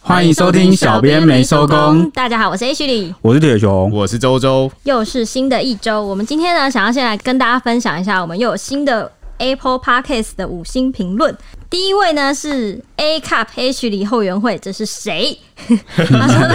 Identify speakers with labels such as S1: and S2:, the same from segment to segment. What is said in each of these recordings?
S1: 欢迎收听小编没收工
S2: 大家好，我是 H 李，
S1: 我是铁熊，
S3: 我是周周，
S2: 又是新的一周。我们今天呢，想要先来跟大家分享一下，我们又有新的 Apple Podcast 的五星评论。第一位呢是 A Cup H 李后援会，这是谁？ 他说呢，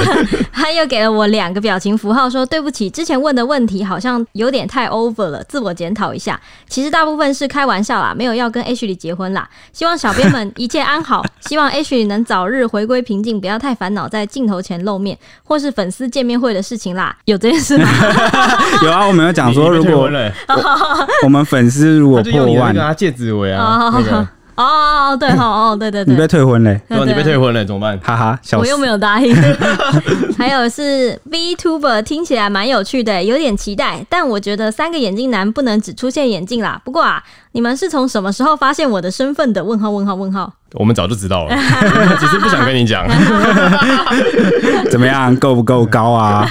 S2: 他又给了我两个表情符号，说对不起，之前问的问题好像有点太 over 了，自我检讨一下。其实大部分是开玩笑啦，没有要跟 H 里结婚啦。希望小编们一切安好， 希望 H 里能早日回归平静，不要太烦恼在镜头前露面或是粉丝见面会的事情啦。有这件事吗？
S1: 有啊，我们有讲说，如果我们粉丝如 果
S3: 我就用
S1: 破
S3: 你的那
S1: 万，
S3: 个啊戒指围啊
S2: 哦，
S3: 那个
S2: 哦哦哦，对哦哦，对对
S1: 你被
S2: 对，
S1: 退婚嘞，
S3: 对吧，哦你被退婚了怎么办？
S1: 哈哈，笑
S2: 我
S1: 死
S2: 又。没有答 应。还有是 VTuber，听起来蛮有趣的，有点期待。但我觉得三个眼镜男不能只出现眼镜啦。不过啊，你们是从什么时候发现我的身份的？问号问号问号。
S3: 我们早就知道了，只是不想跟你 讲。
S1: 怎么样，够不够 高啊？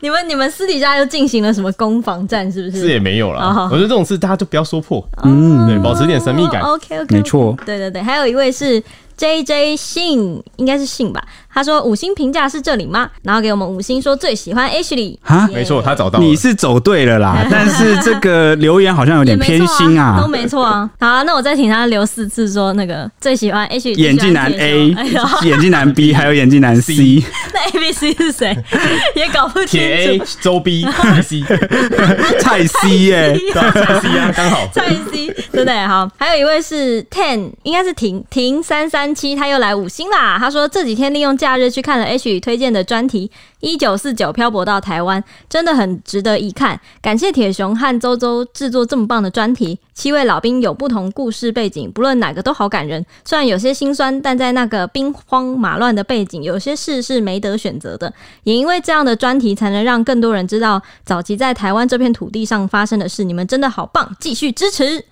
S2: 你们你们私底下又进行了什么攻防战？是不
S3: 是也
S2: 是？
S3: 没有
S2: 哦
S3: 啦。我觉得这种事大家就不要说破，
S1: 嗯，
S3: 哦对，保持点神秘感。
S2: OK OK，
S1: 没错。
S2: 哦对对对，还有一位是 J J 信，应该是信吧？他说五星评价是这里吗？然后给我们五星说最喜欢 H 里。
S1: 哈
S2: 耶
S3: 没错，他找到了
S1: 你是走对了 啦，但是这个留言好像有
S2: 也
S1: 点
S2: 没
S1: 偏
S2: 错
S1: 心
S2: 都
S1: 啊。
S2: 没错啊。好啊那我再请他留四次，说那个最喜欢 H
S1: 眼镜男 A
S2: 哎呦，
S1: 眼镜男 B，还有眼镜男 C，
S2: 那 A B C 是谁？ 也搞不清
S3: 铁 A
S2: 楚。
S3: 周 B B C 对
S1: 蔡 C 耶，
S3: 啊蔡 C 啊，刚 好。
S2: 蔡 C 真的耶好，还有一位是 Ten，应该是婷婷三三七，他又来五星啦。他说这几天利用假日去看了 H 推荐的专题《一九四九漂泊到台湾》，真的很值得一看。感谢铁熊和周周制作这么棒的专题，七位老兵有不同故事背景，不论哪个都好感人。虽然有些心酸，但在那个兵荒马乱的背景，有些事是没得选择的。也因为这样的专题，才能让更多人知道早期在台湾这片土地上发生的事。你们真的好棒，继续支持！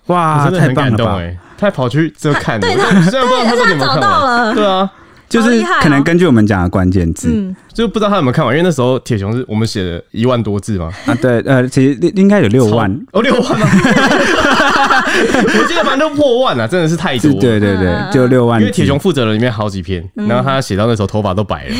S3: 我
S1: 哇，
S3: 真的
S1: 太
S3: 很
S1: 棒
S3: 感
S1: 了
S3: 动
S1: 吧！
S3: 哎，他还跑去这看的，
S2: 对
S3: 虽然不知道
S2: 对，
S3: 他到底有没有
S2: 找
S3: 看
S2: 到
S3: 完。
S2: 了，
S3: 对啊，
S1: 就是
S2: 好厉害哦
S1: 可能根据我们讲的关键字，
S2: 嗯，
S3: 就是不知道他有没有看完，因为那时候铁熊是我们写了一万多字嘛，
S1: 啊，对，呃，其实应应该有六万，
S3: 哦六万吗？ 我记得反正破万啊，真的是太多
S1: 是
S3: 了。
S1: 对对
S2: 嗯嗯
S1: 对，
S2: 嗯
S1: 就六万嗯
S3: 因
S1: 字。
S3: 为铁熊负责了里面好几篇，然后他写到那时候头发都 白了，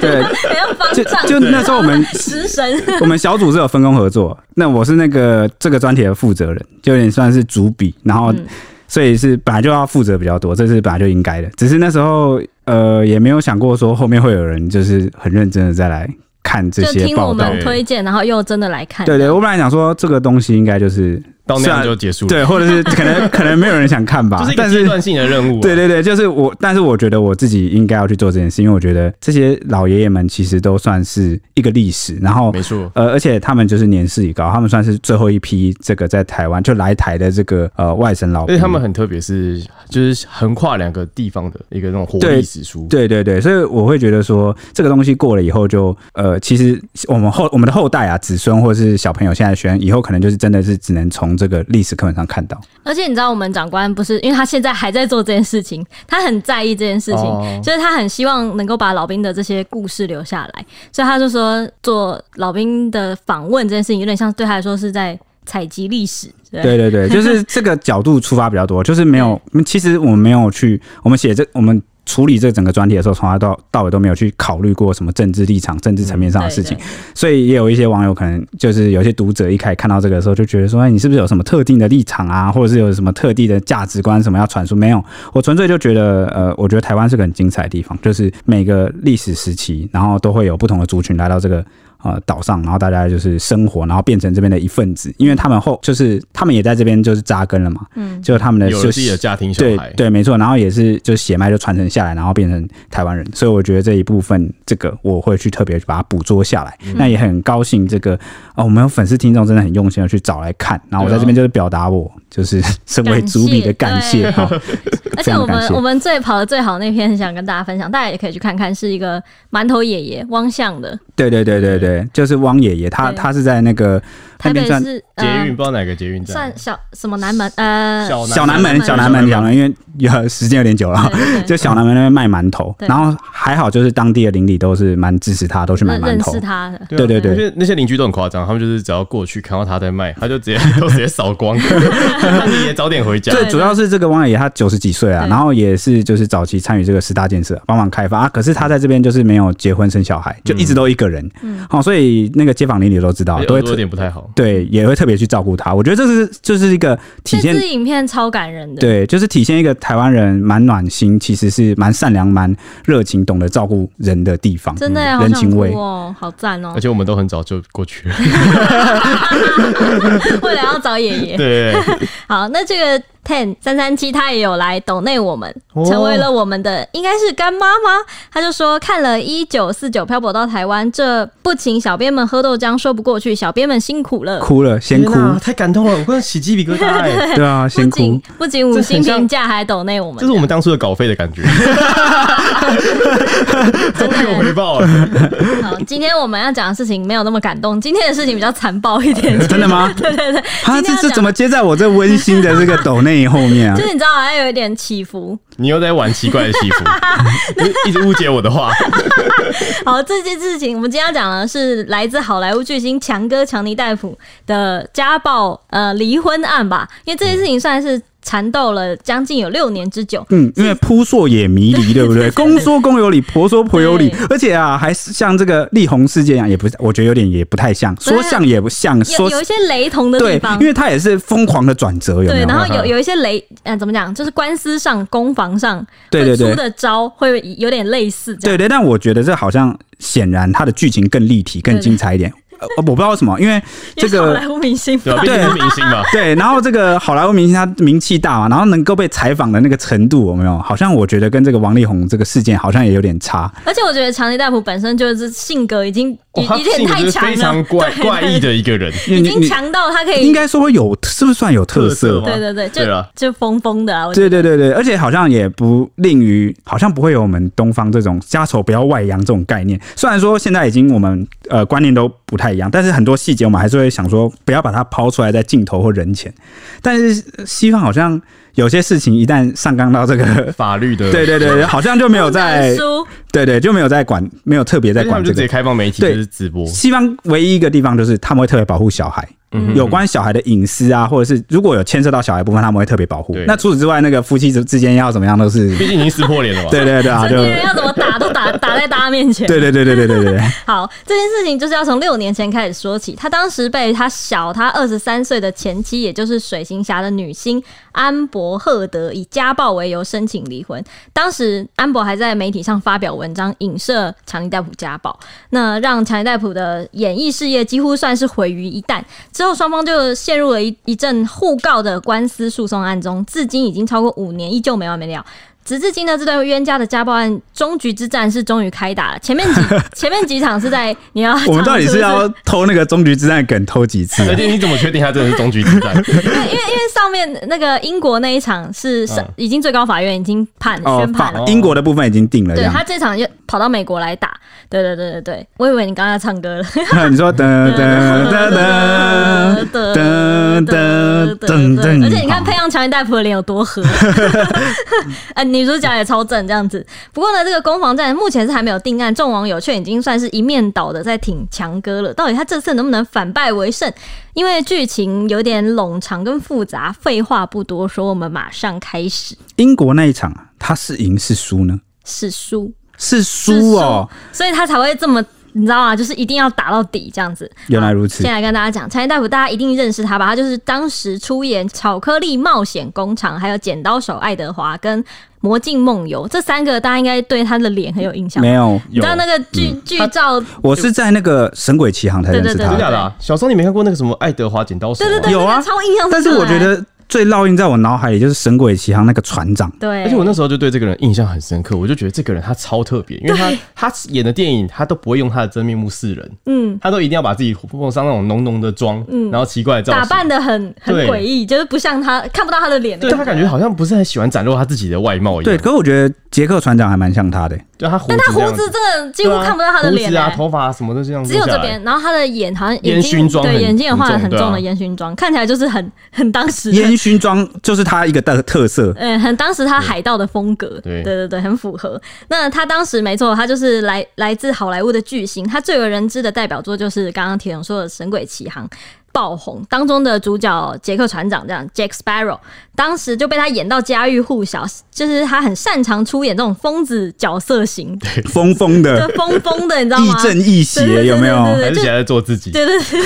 S1: 对，
S2: 还要帮
S1: 就
S2: 上
S1: 就那时候我们
S2: 食神，
S1: 我们小组是有分工合作，那我是那个这个专题的负责人，就有点算是主笔，然后、
S2: 嗯
S1: 所以是本来就要负责比较多，这是本来就应该的。只是那时候呃也没有想过说后面会有人就是很认真的再来看这
S2: 就
S1: 些
S2: 听我
S1: 报道。
S2: 们推荐，然后又真的来看，
S1: 对对，我本来想说这个东西应该就是
S3: 到那
S1: 虽然
S3: 样就结束了，
S1: 对，或者是 可能可能没有人想看吧
S3: 就是一，个
S1: 但
S3: 阶
S1: 是。
S3: 段性的任务啊。
S1: 对对对，就是我，但是我觉得我自己应该要去做这件事，因为我觉得这些老爷爷们其实都算是一个历史，然后
S3: 没错，
S1: 呃，而且他们就是年事已高，他们算是最后一批这个在台湾就来台的这个呃外省老
S3: 而
S1: 兵。
S3: 且他们很特别，是就是横跨两个地方的一个那种活
S1: 对
S3: 力史书。
S1: 对对对，所以我会觉得说，这个东西过了以后就，呃，其实我们后我们的后代啊，子孙或是小朋友，现在学生以后可能就是真的是只能从这个历史课本上看到。
S2: 而且你知道，我们长官不是，因为他现在还在做这件事情，他很在意这件事情，
S3: 哦
S2: 就是他很希望能够把老兵的这些故事留下来，所以他就说做老兵的访问这件事情，有点像对他来说是在采集历史，对
S1: 对对对， 就是这个角度出发比较多，就是没有，其实我们没有去，我们写这我们。处理这整个专题的时候，从头到到尾都没有去考虑过什么政治立场、政治层面上的事情
S2: 嗯对，
S1: 所以也有一些网友可能就是有些读者一开始看到这个的时候，就觉得说，哎，你是不是有什么特定的立场啊，或者是有什么特定的价值观什么要传输？没有，我纯粹就觉得，呃，我觉得台湾是个很精彩的地方，就是每个历史时期，然后都会有不同的族群来到这个。呃，岛上，然后大家就是生活，然后变成这边的一份子，因为他们后就是他们也在这边就是扎根了嘛，嗯，就他们的
S3: 有
S1: 就
S3: 了自己的家庭小
S1: 对
S3: 孩，
S1: 对，没错。然后也是就是血脉就传承下来，然后变成台湾人，所以我觉得这一部分这个我会去特别把它捕捉下来。那也很高兴，这个啊、我们有粉丝听众真的很用心的去找来看。然后我在这边就是表达我、就是身为主笔的感谢，好，
S2: 而
S1: 非
S2: 且
S1: 常
S2: 我
S1: 感
S2: 们
S1: 谢
S2: 我。们最跑的最好那篇，很想跟大家分享，大家也可以去看看，是一个馒头爷爷汪相的，
S1: 对对对对对，就是汪爷爷，他
S2: 对
S1: 他是在那个
S2: 台北
S1: 那边
S2: 市
S3: 捷
S2: 呃
S3: 运不知道哪个捷运站
S2: 算，小什么南门呃
S3: 小
S1: 小南门，小南门，小南门，因为有时间有点久了，
S2: 对对
S1: 就小南门那边卖馒头，
S2: 对
S1: 然后还好就是当地的邻里都是蛮支持他，都去买
S2: 认
S1: 馒
S2: 认
S1: 头
S2: 识。他的，
S1: 对对
S3: 那
S1: 对，
S3: 些啊那些邻居都很夸张，他们就是只要过去看到他在卖，他就直接 都直接扫光，看你也早点回家。
S1: 最
S2: 对
S1: 主要是这个汪爷他九十几岁啊，
S2: 对
S1: 然后也是就是早期参与这个十大建设，帮忙开发、啊。可是他在这边就是没有结婚生小
S3: 嗯
S1: 孩，就一直都一个人。
S2: 嗯
S1: 好、所以那个街坊邻里都知道，
S3: 耳
S1: 啊
S3: 朵
S1: 都
S3: 哎
S1: 会
S3: 有
S1: 特
S3: 点不太好。
S1: 对也会特别去照顾他。我觉得这是就是一个体
S2: 这
S1: 现
S2: 支影片超感人的，
S1: 对，就是体现一个台湾人蛮暖心，其实是蛮善良、蛮热情、懂得照顾人的地方，
S2: 真的耶
S1: 嗯
S2: 好
S1: 人
S2: 想
S1: 情味
S2: 哭。哦，好赞哦
S3: 而，且我们都很早就过 去了，
S2: 为了要找爷 爷。
S3: 对，
S2: 好，那这个 Ten 三三七他也有来抖内我们，
S3: 哦
S2: 成为了我们的应该是干妈吗？他就说看了一九四九漂泊到台湾，这不请小编们喝豆浆说不过去，小编们辛苦了。
S1: 哭了，先哭
S3: 天，哪太感动了，我刚起鸡皮疙瘩 哎，
S1: 对啊，
S2: 不
S1: 先
S2: 仅
S1: 哭。
S2: 不仅五
S3: 这
S2: 星
S3: 很像
S2: 评价还抖内我们
S3: 这是，我们当初的稿费的感 觉，终于有回报了。
S2: 好，今天我们要讲的事情没有那么感动，今天的事情比较残暴一 点。
S1: 真的吗？
S2: 对对对，
S1: 啊，
S2: 今天
S1: 这
S2: 要
S1: 这
S2: 讲
S1: 怎么接在我这温馨的这个斗内后 面啊
S2: 就？是你知道，还有一点起伏。
S3: 你又在玩奇怪的戏 服，一直误解我的话。
S2: 好，这件事情我们今天要讲的是来自好莱坞巨星强哥强尼戴普的家暴呃离婚案吧，因为这件事情算是缠斗了将近有六年之久。
S1: 嗯，因为扑朔也迷离，对 不对？公说公有理，婆说婆有理
S2: 对，
S1: 而且啊，还是像这个力宏事件一样，也不是，我觉得有点也不太像，
S2: 对啊
S1: 说像也不像，
S2: 有
S1: 说
S2: 有一些雷同的地
S1: 对啊
S2: 方，
S1: 因，为他也是疯狂的转折，有没
S2: 对，
S1: 有
S2: 然？后
S3: 哈哈
S2: 有有一些雷，呃，怎么讲，就是官司上、攻防上
S1: 对对对
S2: 会出的招会有点类似这样。
S1: 对对，但我觉得这好像显然它的剧情更立体、更精彩一点。呃，我不知道为什么，因为这
S2: 因为好
S1: 个
S2: 莱坞明星
S3: 对
S2: 吧
S3: 吧？，毕竟是明星嘛。
S1: 对，然后这个好莱坞明星他名气大嘛，然后能够被采访的那个程度有没有？好像我觉得跟这个王力宏这个事件好像也有点差。
S2: 而且我觉得强尼戴普本身就是性格已经
S3: 哦
S2: 已
S3: 他
S2: 有点
S3: 性格
S2: 太
S3: 就是
S2: 强了，
S3: 非常怪
S2: 对
S3: 怪异，的一个人，
S1: 因为
S2: 已
S1: 你
S2: 经
S1: 你
S2: 强到他可以
S1: 应该说有，是不是算有特
S3: 特
S1: 色
S3: 色？吗
S2: 对对对，
S3: 对
S2: 就
S3: 啊，
S2: 就疯疯的啊，我觉得
S1: 对对对对，而且好像也不吝于，好像不会有我们东方这种家丑不要外扬这种概念。虽然说现在已经我们呃观念都不太一样，但是很多细节我们还是会想说，不要把它抛出来在镜头或人前。但是呃西方好像有些事情一旦上纲到这个
S3: 法律的，
S1: 对对对，对好像就没有 在，
S2: 书
S1: 对对就没有在管，没有特别在
S3: 而且他
S1: 管
S3: 们就
S1: 这
S3: 直接
S1: 个。
S3: 开放媒体，就
S1: 对
S3: 是直播，
S1: 西方唯一一个地方就是他们会特别保护小孩，
S3: 嗯
S1: 有关小孩的隐私啊，或者是如果有牵涉到小孩部分，他们会特别保护
S3: 对。
S1: 那除此之外，那个夫妻之之间要怎么样都是
S3: 毕竟已经撕破脸了嘛。
S1: 对对对啊，
S2: 成
S1: 就
S2: 年人要怎么 打都打打在大家面前。
S1: 对对对对对对对，
S2: 好，这件事情就是要从六年前开始说起。他当时被他小他二十三岁的前妻，也就是水行侠的女星安博赫德，以家暴为由申请离婚。当时安博还在媒体上发表文章，影射强尼戴普家暴，那让强尼戴普的演艺事业几乎算是毁于一旦。之后双方就陷入了一一阵互告的官司诉讼案中，至今已经超过五年，依旧没完没了。直至今呢，这对冤家的家暴案终局之战是终于开打了。前面几 前面几场是在你要
S1: 我们到底
S2: 唱
S1: 是
S2: 不
S1: 要偷那个终局之战的梗偷几次啊
S3: 而？且你怎么确定他真的是终局之 战？
S2: 因为因为上面那个英国那一场是是
S3: 嗯
S2: 已经最高法院已经判
S1: 哦
S2: 宣判了
S1: 法。英国的部分已经定了，这
S2: 对他
S1: 样。
S2: 这场又跑到美国来打，对对对对对，我以为你刚刚要唱歌 了，
S1: 你说噔噔噔噔噔噔噔噔，
S2: 而且你看配上强尼戴普的脸有多合， 呃，女主角也超正这样子。不过呢，这个攻防战目前是还没有定案，众网友却已经算是一面倒的在挺强哥了。到底他这次能不能反败为胜？因为剧情有点冗长跟复杂，废话不多说，我们马上开始
S1: 英国那一场啊，他是赢是输呢？
S2: 是输，
S1: 是输哦，
S2: 所以他才会这么。你知道吗？就是一定要打到底这样子。
S1: 原来如此
S2: 先。来跟大家讲，强尼戴普，大家一定认识他吧？他就是当时出演《巧克力冒险工厂》、还有《剪刀手爱德华》跟《魔镜梦游》这三个，大家应该对他的脸很有印象吧。
S1: 没有，
S2: 你知道那个剧剧照，
S1: 我是在那个《神鬼奇航》才认识
S2: 对对
S1: 他
S3: 真
S2: 对
S3: 假
S1: 的，
S3: 的啊？小时候你没看过那个什么爱德华剪刀手？
S2: 对对对，
S1: 有啊
S2: 那个超印象深刻。嗯
S1: 但是我觉，得最烙印在我脑海里就是《神鬼奇航》那个船长，
S2: 对，
S3: 而且我那时候就对这个人印象很深刻，我就觉得这个人他超特别，因为他他演的电影他都不会用他的真面目示人，
S2: 嗯，
S3: 他都一定要把自己弄上那种浓浓的妆，
S2: 嗯
S3: 然后奇怪的造型，
S2: 打扮的很很
S3: 对
S2: 诡异，就是不像他看不到他的脸的
S3: 对他
S2: 感觉。
S3: 感觉好像不是很喜欢展露他自己的外貌一样，
S1: 对，可我觉得杰克船长还蛮像他的、
S3: 就他胡子
S2: 但
S3: 这
S2: 他
S3: 样子，
S2: 胡子真的几乎
S3: 对啊
S2: 看不到他的
S3: 胡
S2: 脸
S3: 子啊、
S2: 欸。
S3: 头发什么都这样，
S2: 只有这。边，然后他的眼好像眼
S3: 烟
S2: 睛
S3: 熏妆
S2: 对
S3: 很
S2: 眼睛也画了很
S3: 很重
S2: 重的
S3: 对啊
S2: 烟熏妆，看起来就是很很当时的
S1: 烟熏妆就是他一个的特色，
S2: 嗯，很当时他海盗的风格，
S3: 对
S2: 对对对，很符合。那他当时没错，他就是来来自好莱坞的巨星，他最为人知的代表作就是刚刚铁勇说的《神鬼奇航》。爆红当中的主角杰克船长，这样 Jack Sparrow，当时就被他演到家喻户晓，就是他很擅长出演这种疯子角 色型，
S1: 疯疯
S2: 就
S1: 的，
S2: 疯疯的， 你知道
S1: 亦
S2: 吗？
S1: 正亦
S2: 对
S1: 邪，
S2: 对
S1: 有没
S2: 对对
S1: 有
S2: 对？
S3: 还是起来做自己，
S2: 对对 对，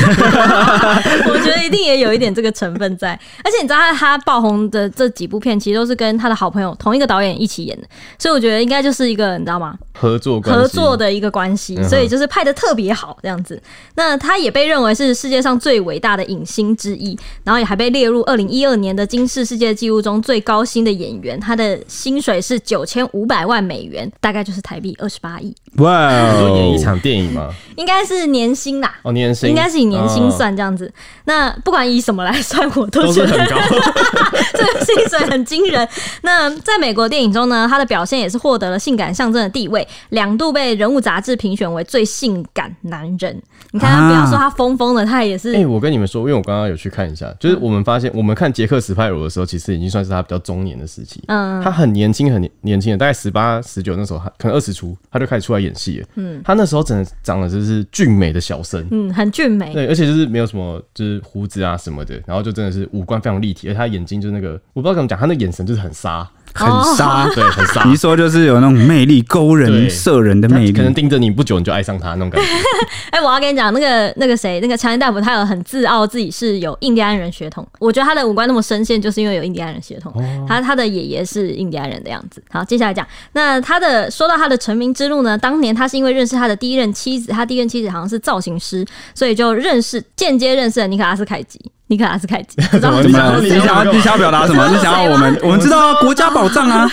S2: 我觉得一定也有一点这个成分在。而且你知道他他爆红的这几部片，其实都是跟他的好朋友同一个导演一起演的，所以我觉得应该就是一个你知道吗？
S3: 合作关系
S2: 合作的一个关系，
S3: 嗯哼
S2: 所以就是拍的特别好这样子。那他也被认为是世界上最伟大的影星之一，然后也还被列入二零一二年的金氏世界纪录中最高薪的演员，他的薪水是九千五百万美元，大概就是台币二十八亿，
S1: 哇
S3: 你说演
S1: 哦
S3: 一！场电影吗？
S2: 应该是年薪啦。
S3: 哦，年薪
S2: 应该是以年薪
S3: 哦
S2: 算这样子。那不管以什么来算，我都
S3: 都
S2: 觉
S3: 是
S2: 得
S3: 很高。
S2: 这个薪水很惊人。那在美国电影中呢，他的表现也是获得了性感象征的地位，两度被《人物》杂志评选为最性感男人。你看他，
S1: 啊
S2: 不要说他疯疯的，他也是
S3: 哎、我跟你们说，因为我刚刚有去看一下，就是我们发现，我们看杰克·史派罗的时候，其实已经算是他比较中年的时期。
S2: 嗯
S3: 他很年轻，很年年轻的，大概十八、十九那时候，他可能二十出，他就开始出来演戏了。嗯，他那时候真的长得就是俊美的小生，
S2: 嗯很俊美，
S3: 对，而且就是没有什么就是胡子啊什么的，然后就真的是五官非常立体，而且他眼睛就是那个，我不知道怎么讲，他那眼神就是很杀，
S1: 很杀，
S3: 对，很杀。
S1: 你一说就是有那种魅力勾人、
S3: 对
S1: 摄 人的
S3: 他
S1: 魅
S3: 可能
S1: 力，
S3: 盯着你不久，你就爱上他那种感觉。
S2: 哎、我要跟你讲，那个那个谁，那个强尼大夫，他有很自傲自己是有印第安人血统。我觉得他的五官那么深陷，就是因为有印第安人血统。
S1: 哦
S2: 他他的爷爷是印第安人的样子。好，接下来讲，那他的说到他的成名之路呢，当年他是因为认识他的第一任妻子，他第一任妻子好像是造型师，所以就认识间接认识了尼可拉斯 凯奇。尼可拉斯凯奇，你知道吗
S3: 怎
S1: 怎么了？
S3: 你
S1: 你
S3: 想要
S1: 想要你想要表达什么？
S2: 你
S1: 你
S2: 想
S1: 想
S2: 要
S1: 要我们我们知道啊，国家宝藏啊，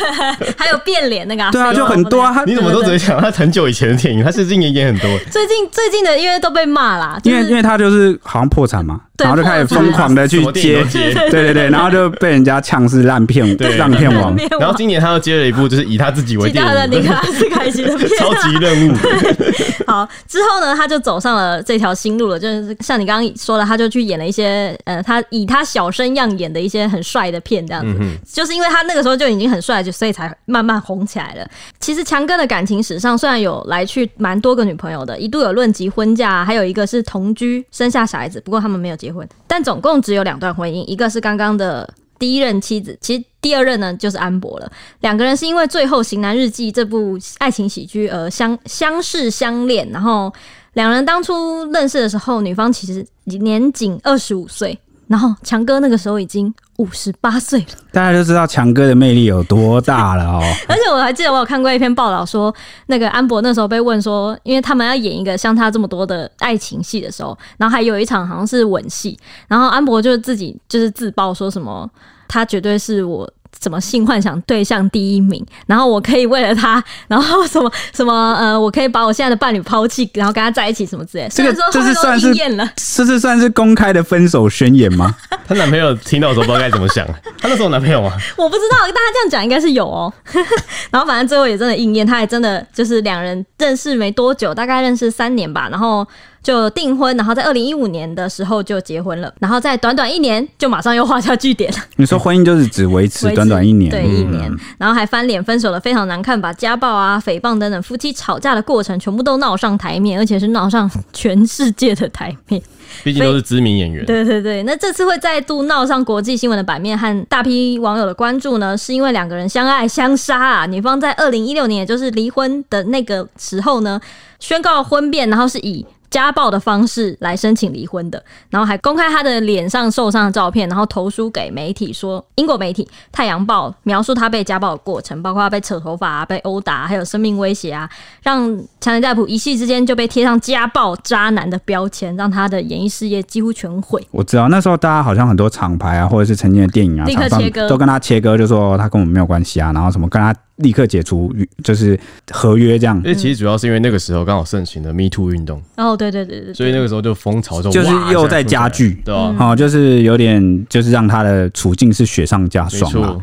S2: 还有变脸那个、
S1: 对啊，就很多啊。。他
S3: 你怎么都只会想到很久以前的电影？他最近也演很多，
S2: 最近最近的因为都被骂啦，就
S1: 因为因
S2: 是
S1: 为他就是好像破产嘛，
S2: 对
S1: 然后就开始疯狂的去
S3: 什么电
S1: 接
S3: 影都，接
S1: 对对对，然后就被人家呛是烂片
S3: 对
S1: 烂片 王，
S2: 面
S3: 然后今年他又接了一部，就是以他自己为
S2: 其
S3: 电
S2: 他的尼
S3: 影
S2: 可拉斯凯奇的 片、啊，
S3: 超级 任务，
S2: 好，之后呢，他就走上了这条新路了，就是像你刚刚说的，他就去演了一些呃，他以他小生样演的一些很帅的片，这样子，就是因为他那个时候就已经很帅，就所以才慢慢红起来了。其实强哥的感情史上虽然有来去蛮多个女朋友的，一度有论及婚嫁，还有一个是同居生下小孩子，不过他们没有结婚，但总共只有两段婚姻，一个是刚刚的。第一任妻子，其实第二任呢就是安博了。两个人是因为《最后型男日记》这部爱情喜剧而相相识相恋，然后两人当初认识的时候，女方其实年仅二十五岁，然后强哥那个时候已经五十八岁了。
S1: 大家就知道强哥的魅力有多大了哦。
S2: 而且我还记得我有看过一篇报道说，那个安博那时候被问说，因为他们要演一个像他这么多的爱情戏的时候，然后还有一场好像是吻戏，然后安博就自己就是自曝说什么，他绝对是我。什么性幻想对象第一名，然后我可以为了他，然后什么什么呃，我可以把我现在的伴侣抛弃，然后跟他在一起什么之类的。
S1: 这个
S2: 虽然说
S1: 这是
S2: 后来都
S1: 算是
S2: 应验了，
S1: 这是算是公开的分手宣言 吗？
S3: 她男朋友听到的时候不知道该怎么想。她那时候有男朋友啊吗？
S2: 我不知道，大家这样讲应该是有哦。 然后反正最后也真的应验，他也真的就是两人认识没多久，大概认识三年吧，然后就订婚，然后在二零一五年的时候就结婚了，然后在短短一年就马上又画下句点了，
S1: 你说婚姻 就是只维持
S2: 维持
S1: 短短一年，嗯
S2: 对一年，然后还翻脸分手的非常难看，把家暴啊、诽谤等等夫妻吵架的过程全部都闹上台面，而且是闹上全世界的台面。
S3: 毕竟都是知名演员，
S2: 对对对，那这次会再度闹上国际新闻的版面和大批网友的关注呢，是因为两个人相爱相杀啊。女方在二零一六年，也就是离婚的那个时候呢，宣告婚变，然后是以家暴的方式来申请离婚的，然后还公开他的脸上受伤的照片，然后投书给媒体说，英国媒体《太阳报》描述他被家暴的过程，包括他被扯头发、啊、被殴打啊、还有生命威胁啊，让强尼戴普一夕之间就被贴上家暴渣男的标签，让他的演艺事业几乎全毁。
S1: 我知道那时候大家好像很多厂牌啊，或者是曾经的电影啊，
S2: 立刻
S1: 厂商
S2: 切割
S1: 都跟他切割，就说他跟我们没有关系啊，然后什么跟他立刻解除与就是合约这样
S3: 因。为其实主要是因为那个时候刚好盛行的 Me Too 运动，
S2: 哦，对对对对
S3: 所
S2: 对，
S3: 以那个时候就风潮就
S1: 就是
S3: 哇
S1: 又
S3: 一下
S1: 在
S3: 出
S1: 加
S3: 来
S1: 剧
S3: 对
S2: 嗯
S3: 啊，
S1: 哦，就是有点，就是让他的处境是雪上加
S3: 没
S1: 霜啊
S3: 错。，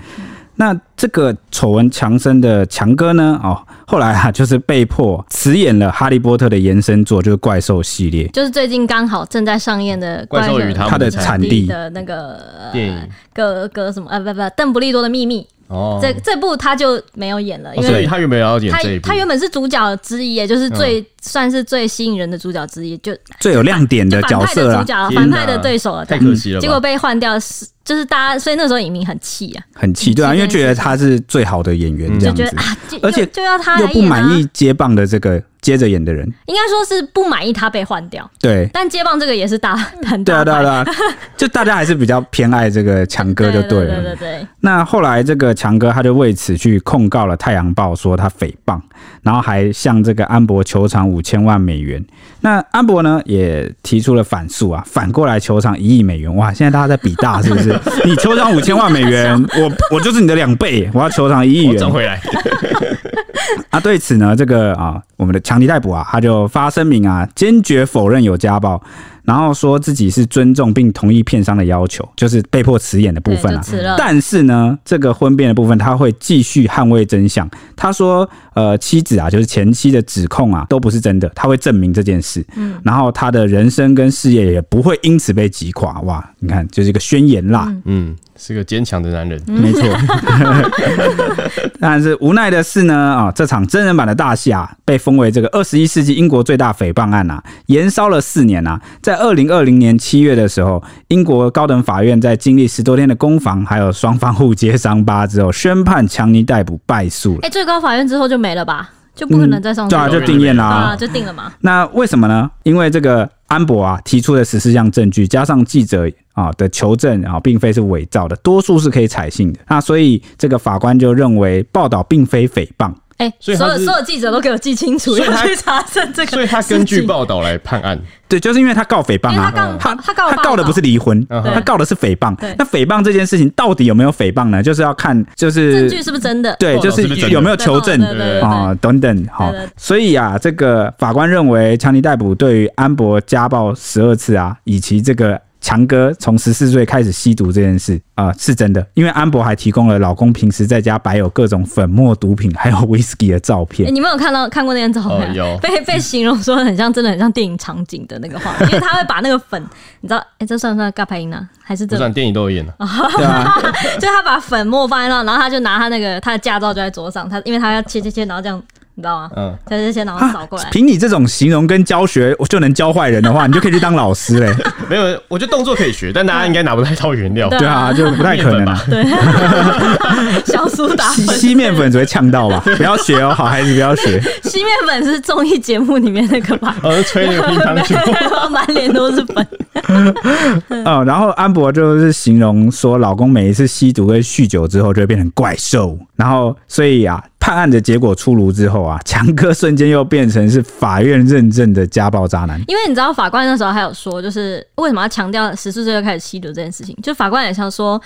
S1: 那这个丑闻强森的强哥呢？哦，后来啊，就是被迫辞演了《哈利波特》的延伸作，就是怪兽系列。
S2: 就是最近刚好正在上映的《
S3: 怪兽与他
S1: 们他的
S3: 产
S1: 产
S2: 地
S1: 地
S2: 的那个
S3: 电影
S2: 个个什么啊不不邓布利多的秘密，
S3: 哦，
S2: 这这部他就没有演了，因
S3: 哦所以
S2: 为
S3: 他原本要演
S2: 他
S3: 这一部，
S2: 他原本是主角之一，也就是最、算是最吸引人的主角之一，就
S1: 最有亮点
S2: 就
S1: 的
S2: 反
S1: 角
S2: 派
S1: 色啊
S2: 的主
S1: 啦，
S2: 角、
S3: 啊天哪
S2: 反派的对手了，
S3: 太
S2: 这样
S3: 可惜了吧，
S2: 结果被换掉是就是大家，所以那时候影迷很气啊，
S1: 很气对啊，
S2: 气
S1: 因为
S2: 这件
S1: 觉得他是最好的演员
S3: 嗯
S1: 这
S2: 就
S1: 样
S2: 觉
S1: 子
S2: 得，啊，就
S1: 而且
S2: 就就要他
S1: 又
S2: 来
S1: 不
S2: 演啊
S1: 满意，接棒的这个接着演的人，
S2: 应该说是不满意他被换掉，
S1: 对。
S2: 但接棒这个也是大很
S1: 对
S2: 大
S1: 啊，对
S2: 牌
S1: 啊，对啊， 就大家还是比较偏爱这个强哥就
S2: 对
S1: 了。
S2: 对对对，
S1: 那后来这个强哥他就为此去控告了《太阳报》，说他诽谤，然后还向这个安博求偿五千万美元。那安博呢也提出了反诉啊，反过来求偿一亿美元。哇，现在大家在比大是不 是？你求偿五千万美元，我我就是你的两倍，我要求偿一亿
S3: 我
S1: 元
S3: 转回 来，
S1: 啊。对此呢，这个啊，我们的强尼逮捕啊，他就发声明啊，坚决否认有家暴。然后说自己是尊重并同意片商的要求，就是被迫辞演的部
S2: 对
S1: 分啊
S2: 就。嗯辞了。
S1: 但是呢，这个婚变的部分他会继续捍卫真相。他说，呃，妻子啊，就是前妻的指控啊，都不是真的，他会证明这件事。嗯，然后他的人生跟事业也不会因此被击垮。哇，你看，就是一个宣言啦。
S3: 嗯，是个坚强的男人，
S1: 没错，但是无奈的是呢，啊、这场真人版的大戏啊，被封为这个二十一世纪英国最大诽谤案啊，延烧了四年啊。在二零二零年七月的时候，英国高等法院在经历十多天的攻防，还有双方互揭伤疤之后，宣判强尼逮捕败诉了。
S2: 哎，最高法院之后就没了吧？就不可能再上
S1: 嗯
S2: 诉
S1: 对
S2: 了
S1: 啊，
S2: 吧。
S1: 就定谳啦、
S2: 啊，就定了嘛。
S1: 那为什么呢？因为这个安博啊提出的十四项证据，加上记者啊的求证啊，并非是伪造的，多数是可以采信的。那所以这个法官就认为报道并非诽谤。
S2: 哎、
S3: 所
S2: 所
S3: 以他
S2: 有
S3: 是
S2: 所有记者都给我记清楚，
S3: 所以
S2: 要
S3: 他
S2: 去查证这个事情。
S3: 所以他根据报道来判 案，
S1: 对，就是因为他告诽谤
S2: 因为他
S1: 啊，
S2: 告
S1: 他
S2: 他告
S1: 他告的不是离婚，
S3: 嗯哼
S1: 他告的是诽谤
S2: 对。
S1: 那诽谤这件事情到底有没有诽谤呢？就是要看就
S2: 证
S1: 是
S2: 据是不是真的？
S1: 呃对，
S3: 报
S1: 就
S3: 道是不是真
S1: 是
S3: 的
S1: 有没有求证
S2: 对对对对
S1: 啊、等等，好、
S2: 对对
S1: 所以啊，这个法官认为强尼逮捕对于安博家暴十二次啊，以及这个强哥从十四岁开始吸毒这件事啊、是真的，因为安博还提供了老公平时在家摆有各种粉末毒品还有 whisky 的照
S2: 哎
S1: 片。
S2: 你们有看到看过那张照片啊？
S3: 哦有
S2: 被被形容说很像，真的很像电影场景的那个画面，因为他会把那个粉，你知道，哎、这算不算尬拍音呢、还是
S3: 不
S2: 这？
S3: 算电影都有演 了，
S1: 对啊，
S2: 就他把粉末放在那，然后他就拿他那个他的驾照就在桌上，他因为他要切切切，然后这样，你知道吗？
S3: 嗯，
S2: 切切切，然后扫过来。
S1: 凭你这种形容跟教学我就能教坏人的话，你就可以去当老师嘞。
S3: 没有，我觉得动作可以学，但大家应该拿不太到原料，
S2: 对
S1: 对啊，就不太可能
S3: 面粉
S1: 啊
S3: 吧。
S2: 小苏打
S1: 吸
S2: 粉，
S1: 吸面粉只会呛到 吧？不要学哦，好孩子不要 学。
S2: 吸面粉是综艺节目里面那个吧？
S3: 呃，吹那个乒乓 球，
S2: 满脸都是粉。
S1: 哦，然后安博就是形容说，老公每一次吸毒跟酗酒之后，就会变成怪兽。然后，所以啊，判案的结果出炉之后啊，强哥瞬间又变成是法院认证的家暴渣男。
S2: 因为你知道法官那时候还有说，就是为什么要强调十四岁就开始吸毒这件事情？就法官也想说，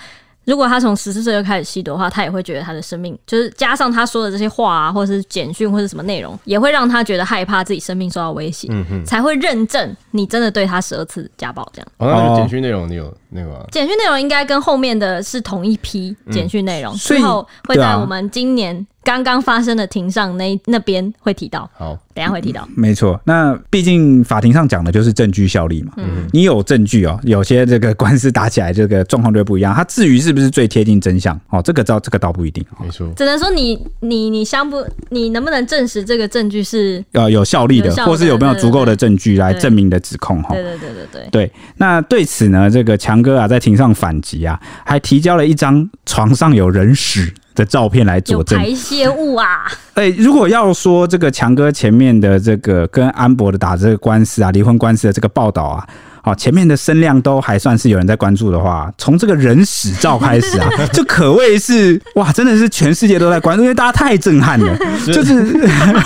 S2: 如果他从十四岁就开始吸毒的话，他也会觉得他的生命就是加上他说的这些话啊，或者是简讯或者是什么内容，也会让他觉得害怕自己生命受到威胁，
S1: 嗯
S2: 才会认证你真的对他十二次家暴这样。
S3: 哦，那个简讯内容你有那个吗？
S2: 简讯内容应该跟后面的是同一批简讯内容，
S1: 所
S2: 之
S1: 以
S2: 后会
S1: 嗯对
S2: 在
S1: 啊
S2: 我们今年刚刚发生的庭上那那边会提到，
S3: 好，
S2: 等一下会提到。
S1: 没错，那毕竟法庭上讲的就是证据效力嘛。嗯，你有证据哦，有些这个官司打起来，这个状况就会不一样。他至于是不是最贴近真相哦，这个倒这个倒不一定。
S3: 没错，
S2: 只能说你你你相不，你能不能证实这个证据是？
S1: 呃，有效力
S2: 有
S1: 的
S2: 效，
S1: 或是有没有
S2: 的
S1: 足够的
S2: 对
S1: 证据来
S2: 对
S1: 证明你的指控哈
S2: 对。对对对对，
S1: 对，那对此呢，这个强哥啊，在庭上反击啊，还提交了一张床上有人屎的照片来
S2: 有
S1: 佐证。
S2: 排泄物啊，
S1: 哎、如果要说这个强哥前面的这个跟安博的打这个官司啊，离婚官司的这个报道啊，好、前面的声量都还算是有人在关注的话，从这个人史照开 始啊，这可谓是哇，真的是全世界都在关注，因为大家太震撼了，就是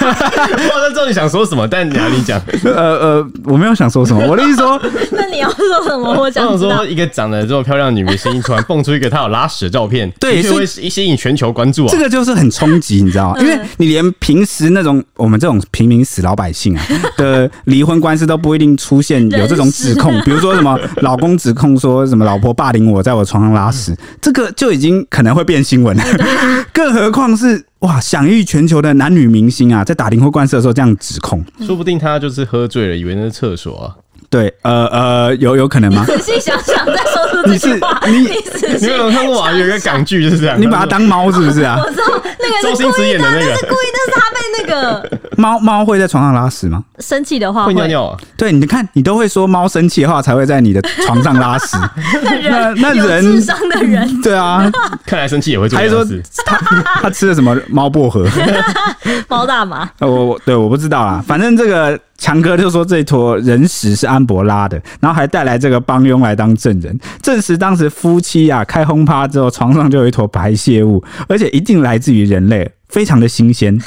S3: 我在知道你想说什么，但你要你讲，
S1: 呃呃，我没有想说什么，我的意思说，
S2: 那你要说什么？我
S3: 我
S2: 想
S3: 想
S2: 知道
S3: 说，。一个长得这么漂亮的女明星，突然蹦出一个她有拉屎的照片，
S1: 对
S3: 的确
S1: 所以
S3: 会吸吸引全球关注啊
S1: 这。个就是很冲击，你知道吗？因为你连平时那种我们这种平民死老百姓啊 的离婚官司都不一定出现有这种指控，比如说什么老公指控说什么老婆霸凌我，在我床上拉屎，嗯这个就已经可能会变新闻了，更何况是哇享誉全球的男女明星啊，在打离婚官司的时候这样指控，
S3: 说不定她就是喝醉了，以为那是厕所啊。
S1: 对，呃呃，有有可能 吗？
S2: 仔细想想，再说出这句话，
S1: 你
S2: 你
S1: 是
S2: 仔
S3: 你
S2: 细
S3: 们有没有看过 啊？有一个港剧就是这样，
S1: 你把它当猫是不是啊？
S2: 我知道那个
S3: 周
S2: 是
S3: 星
S2: 故
S3: 驰
S2: 意
S3: 演
S2: 的，
S3: 的
S2: 那
S3: 那
S2: 是
S3: 个
S2: 故意，但是他被那个
S1: 猫猫会在床上拉屎吗？
S2: 生气的话
S3: 会尿，尿啊，
S1: 对，你看，你都会说猫生气的话才会在你的床上拉屎，
S2: 那人
S1: 那那
S2: 有
S1: 人
S2: 智商的 人
S1: 对啊，
S3: 看来生气也会做
S1: 他
S3: 这
S1: 就
S3: 样
S1: 说
S3: 子。
S1: 他 他吃了什么猫薄荷？
S2: 包大麻，
S1: 呃我我对我不知道啦，反正这个强哥就说这一坨人屎是安博拉的，然后还带来这个帮佣来当证人，证实当时夫妻啊开轰趴之后，床上就有一坨排泄物，而且一定来自于人类，非常的 新鲜。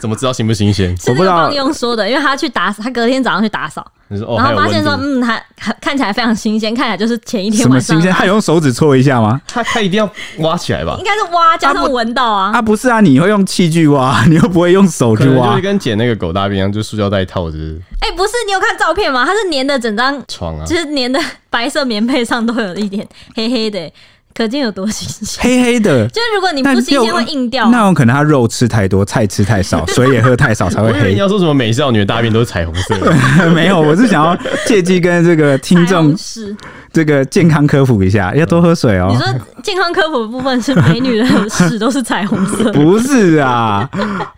S3: 怎么知道新不新鲜？
S2: 是
S1: 我
S2: 那
S1: 不知
S2: 个
S1: 道
S2: 帮佣说的，因为他去打扫，他隔天早上去打扫，
S3: 你说哦，
S2: 然
S3: 还有
S2: 后发
S3: 温
S2: 现说，
S3: 度，
S2: 嗯，还还看起来非常新鲜，看起来就是前一天
S1: 什么
S2: 晚上
S1: 新鲜？他有用手指搓一下吗？
S3: 他他一定要挖起来吧
S2: 应？该是挖加上闻到啊，
S1: 啊，不是啊，你会用器具挖， 你又不会用手
S3: 可
S1: 去
S3: 能就
S1: 挖
S3: 是。跟捡那个狗大便一样，就塑胶袋套着
S2: 哎、不是，你有看照片吗？它是粘的整张，
S1: 嗯
S3: 床啊
S2: 就。是粘的白色棉被上都有一点黑黑的、可见有多新鲜。
S1: 黑黑的，
S2: 就是如果你
S1: 那
S2: 不新鲜
S1: 又
S2: 会硬掉，
S1: 那有可能他肉吃太多，菜吃 太少，水也喝太少才
S3: 我
S1: 会
S3: 以为
S1: 黑
S3: 你。要说什么美少女的大便都是彩虹色的，
S1: 没有，我是想要借机跟这个 听众
S2: 是
S1: 这个健康科普一
S3: 嗯
S1: 下，要多喝水哦
S2: 你。说健康科普的部分是美 女的屎都是彩虹色，
S1: 不是 啊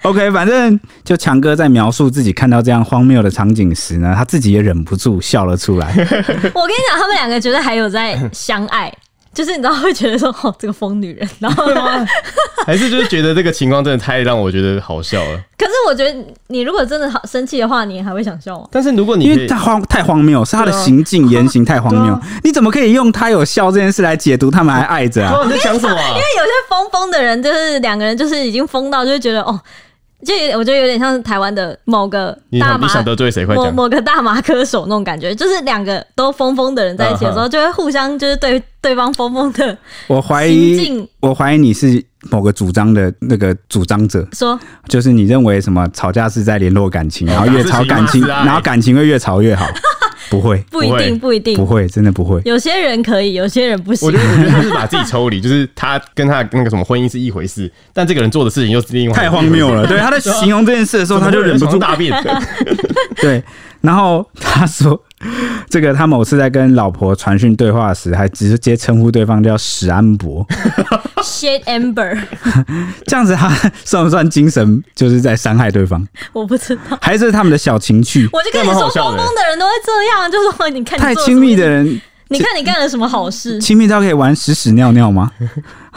S1: ，OK，反正就强哥在描述自己看到这样荒谬的场景时呢，他自己也忍不住笑了出来。
S2: 我跟你讲，他们两个绝对还有在相爱。就是你知道会觉得说哦这个疯女人，然后
S1: 啊
S3: 还是就是觉得这个情况真的太让我觉得好笑了。
S2: 可是我觉得你如果真的好生气的话，你还会想笑吗？
S3: 但是如 果你
S1: 因
S3: 可
S1: 为
S3: 以
S1: 他荒太荒谬，是他的
S3: 对啊
S1: 行径言行 太荒
S3: 对
S1: 谬
S3: 啊，
S1: 你怎么可以用他有笑这件事来解读他们还 爱着啊？
S3: 哇，你在想什么啊？
S2: 有些疯疯的人，就是两个人就是已经疯到，就会觉得哦，就有我觉得有点像台湾的某个
S3: 你
S2: 大
S3: 想
S2: 麻
S3: 你想得罪谁？快
S2: 某
S3: 讲！
S2: 某个大麻歌手那种感觉，就是两个都疯疯的人在一起的时候，就会互相就是对对方疯疯的
S1: 我怀
S2: 行
S1: 疑，
S2: 径
S1: 我怀疑你是某个主张的那个主张者，
S2: 说，
S1: 就是你认为什么吵架是在联络感情，然后
S3: 哦打
S1: 越
S3: 字
S1: 吵
S3: 情
S1: 感
S3: 骂
S1: 情，
S3: 是爱
S1: 然后感情会越 吵越好，不会。
S2: 不一定不一定
S1: 不，会，真的不会。
S2: 有些人可以，有些人不
S3: 我
S2: 行
S3: 觉。得，我觉得他是把自己抽离，就是他跟他的那个什么婚姻是一回事，但这个人做的事情又是另外
S1: 太荒谬 了，对，他在形容这件事的时
S3: 之
S1: 候，
S3: 后
S1: 他就忍不住
S3: 大便，
S1: 对。然后他说， 这个他某次在跟老婆传讯对话时，还直接称呼对方叫史安博，
S2: Shade Amber，
S1: 这样子他算不算精神就是在伤害对方，
S2: 我不知道，
S1: 还是他们的小情趣？
S2: 我就跟你
S3: 这蛮
S2: 说，
S3: 好笑
S2: 疯
S3: 的
S2: 疯的人都会这样，就是说你看你
S1: 太
S2: 做了
S1: 亲密
S2: 什么
S1: 的人
S2: 你看你干了什么好事？
S1: 亲密到可以玩屎屎尿尿吗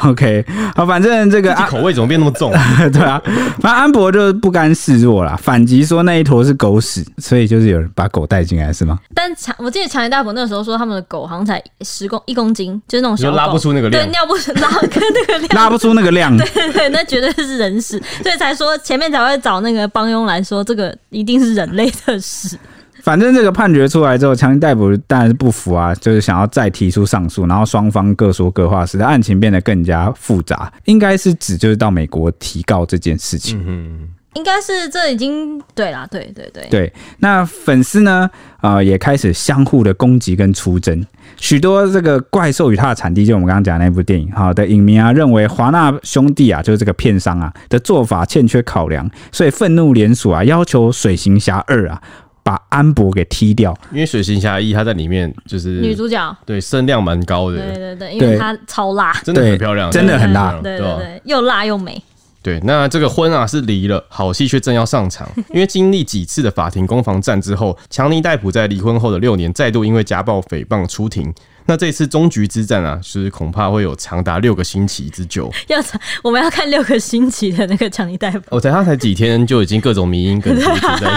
S1: ？OK，好，反正这个
S3: 这
S1: 啊，
S3: 口味怎么变那么重？
S1: 对啊，反正安博就不甘示弱啦，反击说那一坨是狗屎，所以就是有人把狗带进来是吗？
S2: 但长我记得长野大伯那个时候说，他们的狗好像才十公一公斤，就是那种小狗
S3: 你说拉不出那个量
S2: 对，尿不出拉跟那个量，
S1: 拉不出那个量，
S2: 对，那绝对是人屎，所以才说前面才会找那个帮佣来说，这个一定是人类的屎。
S1: 反正这个判决出来之后，强尼逮捕当然是不服啊，就是想要再提出上诉，然后双方各说各话，使啊得案情变得更加复杂。应该是指就是到美国提告这件事情。
S3: 嗯，
S2: 应该是这已经对啦，对对对，
S1: 对，那粉丝呢，呃，也开始相互的攻击跟出征。许多这个怪兽与它的产地，就我们刚刚讲的那部电影，好的影迷啊，认为华纳兄弟啊，就是这个片商啊的做法欠缺考量，所以愤怒联署啊，要求《水行侠二》啊，把安博给踢掉。
S3: 因为水行侠一她在里面就是
S2: 女主角，
S3: 对声量蛮高
S2: 对
S3: 的，
S2: 对对，因为她超辣，
S3: 真的
S1: 对
S3: 很漂亮，
S1: 真的很辣
S3: 对
S2: 对对
S3: 吧
S2: 对，又辣又美。
S3: 对，那这个婚啊是离了，好戏却正要上场。因为经历几次的法庭攻防战之后，强尼戴普在离婚后的六年再度因为家暴、诽谤出庭。那这一次终局之战啊，就是恐怕会有长达六个星期之久。
S2: 要我们要看六个星期的那个强尼戴普，
S3: 哦我才他才几天就已经各种迷因梗一直在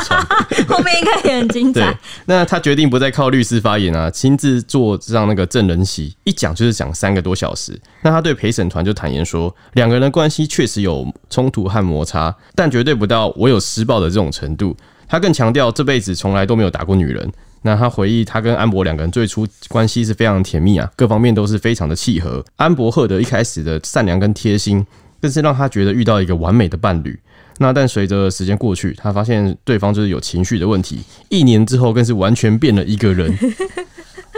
S3: 传。
S2: 后面应该也很精
S3: 对
S2: 彩。，
S3: 那他决定不再靠律师发言啊，亲自坐上那个证人席，一讲就是讲三个多小时。那他对陪审团就坦言说，两个人的关系确实有冲突和摩擦，但绝对不到我有施暴的这种程度。他更强调这辈子从来都没有打过女人。那他回忆，他跟安博两个人最初关系是非常甜蜜啊，各方面都是非常的契合。安博赫德一开始的善良跟贴心，更是让他觉得遇到一个完美的伴侣。那但随着时间过去，他发现对方就是有情绪的问题，一年之后更是完全变了一个人。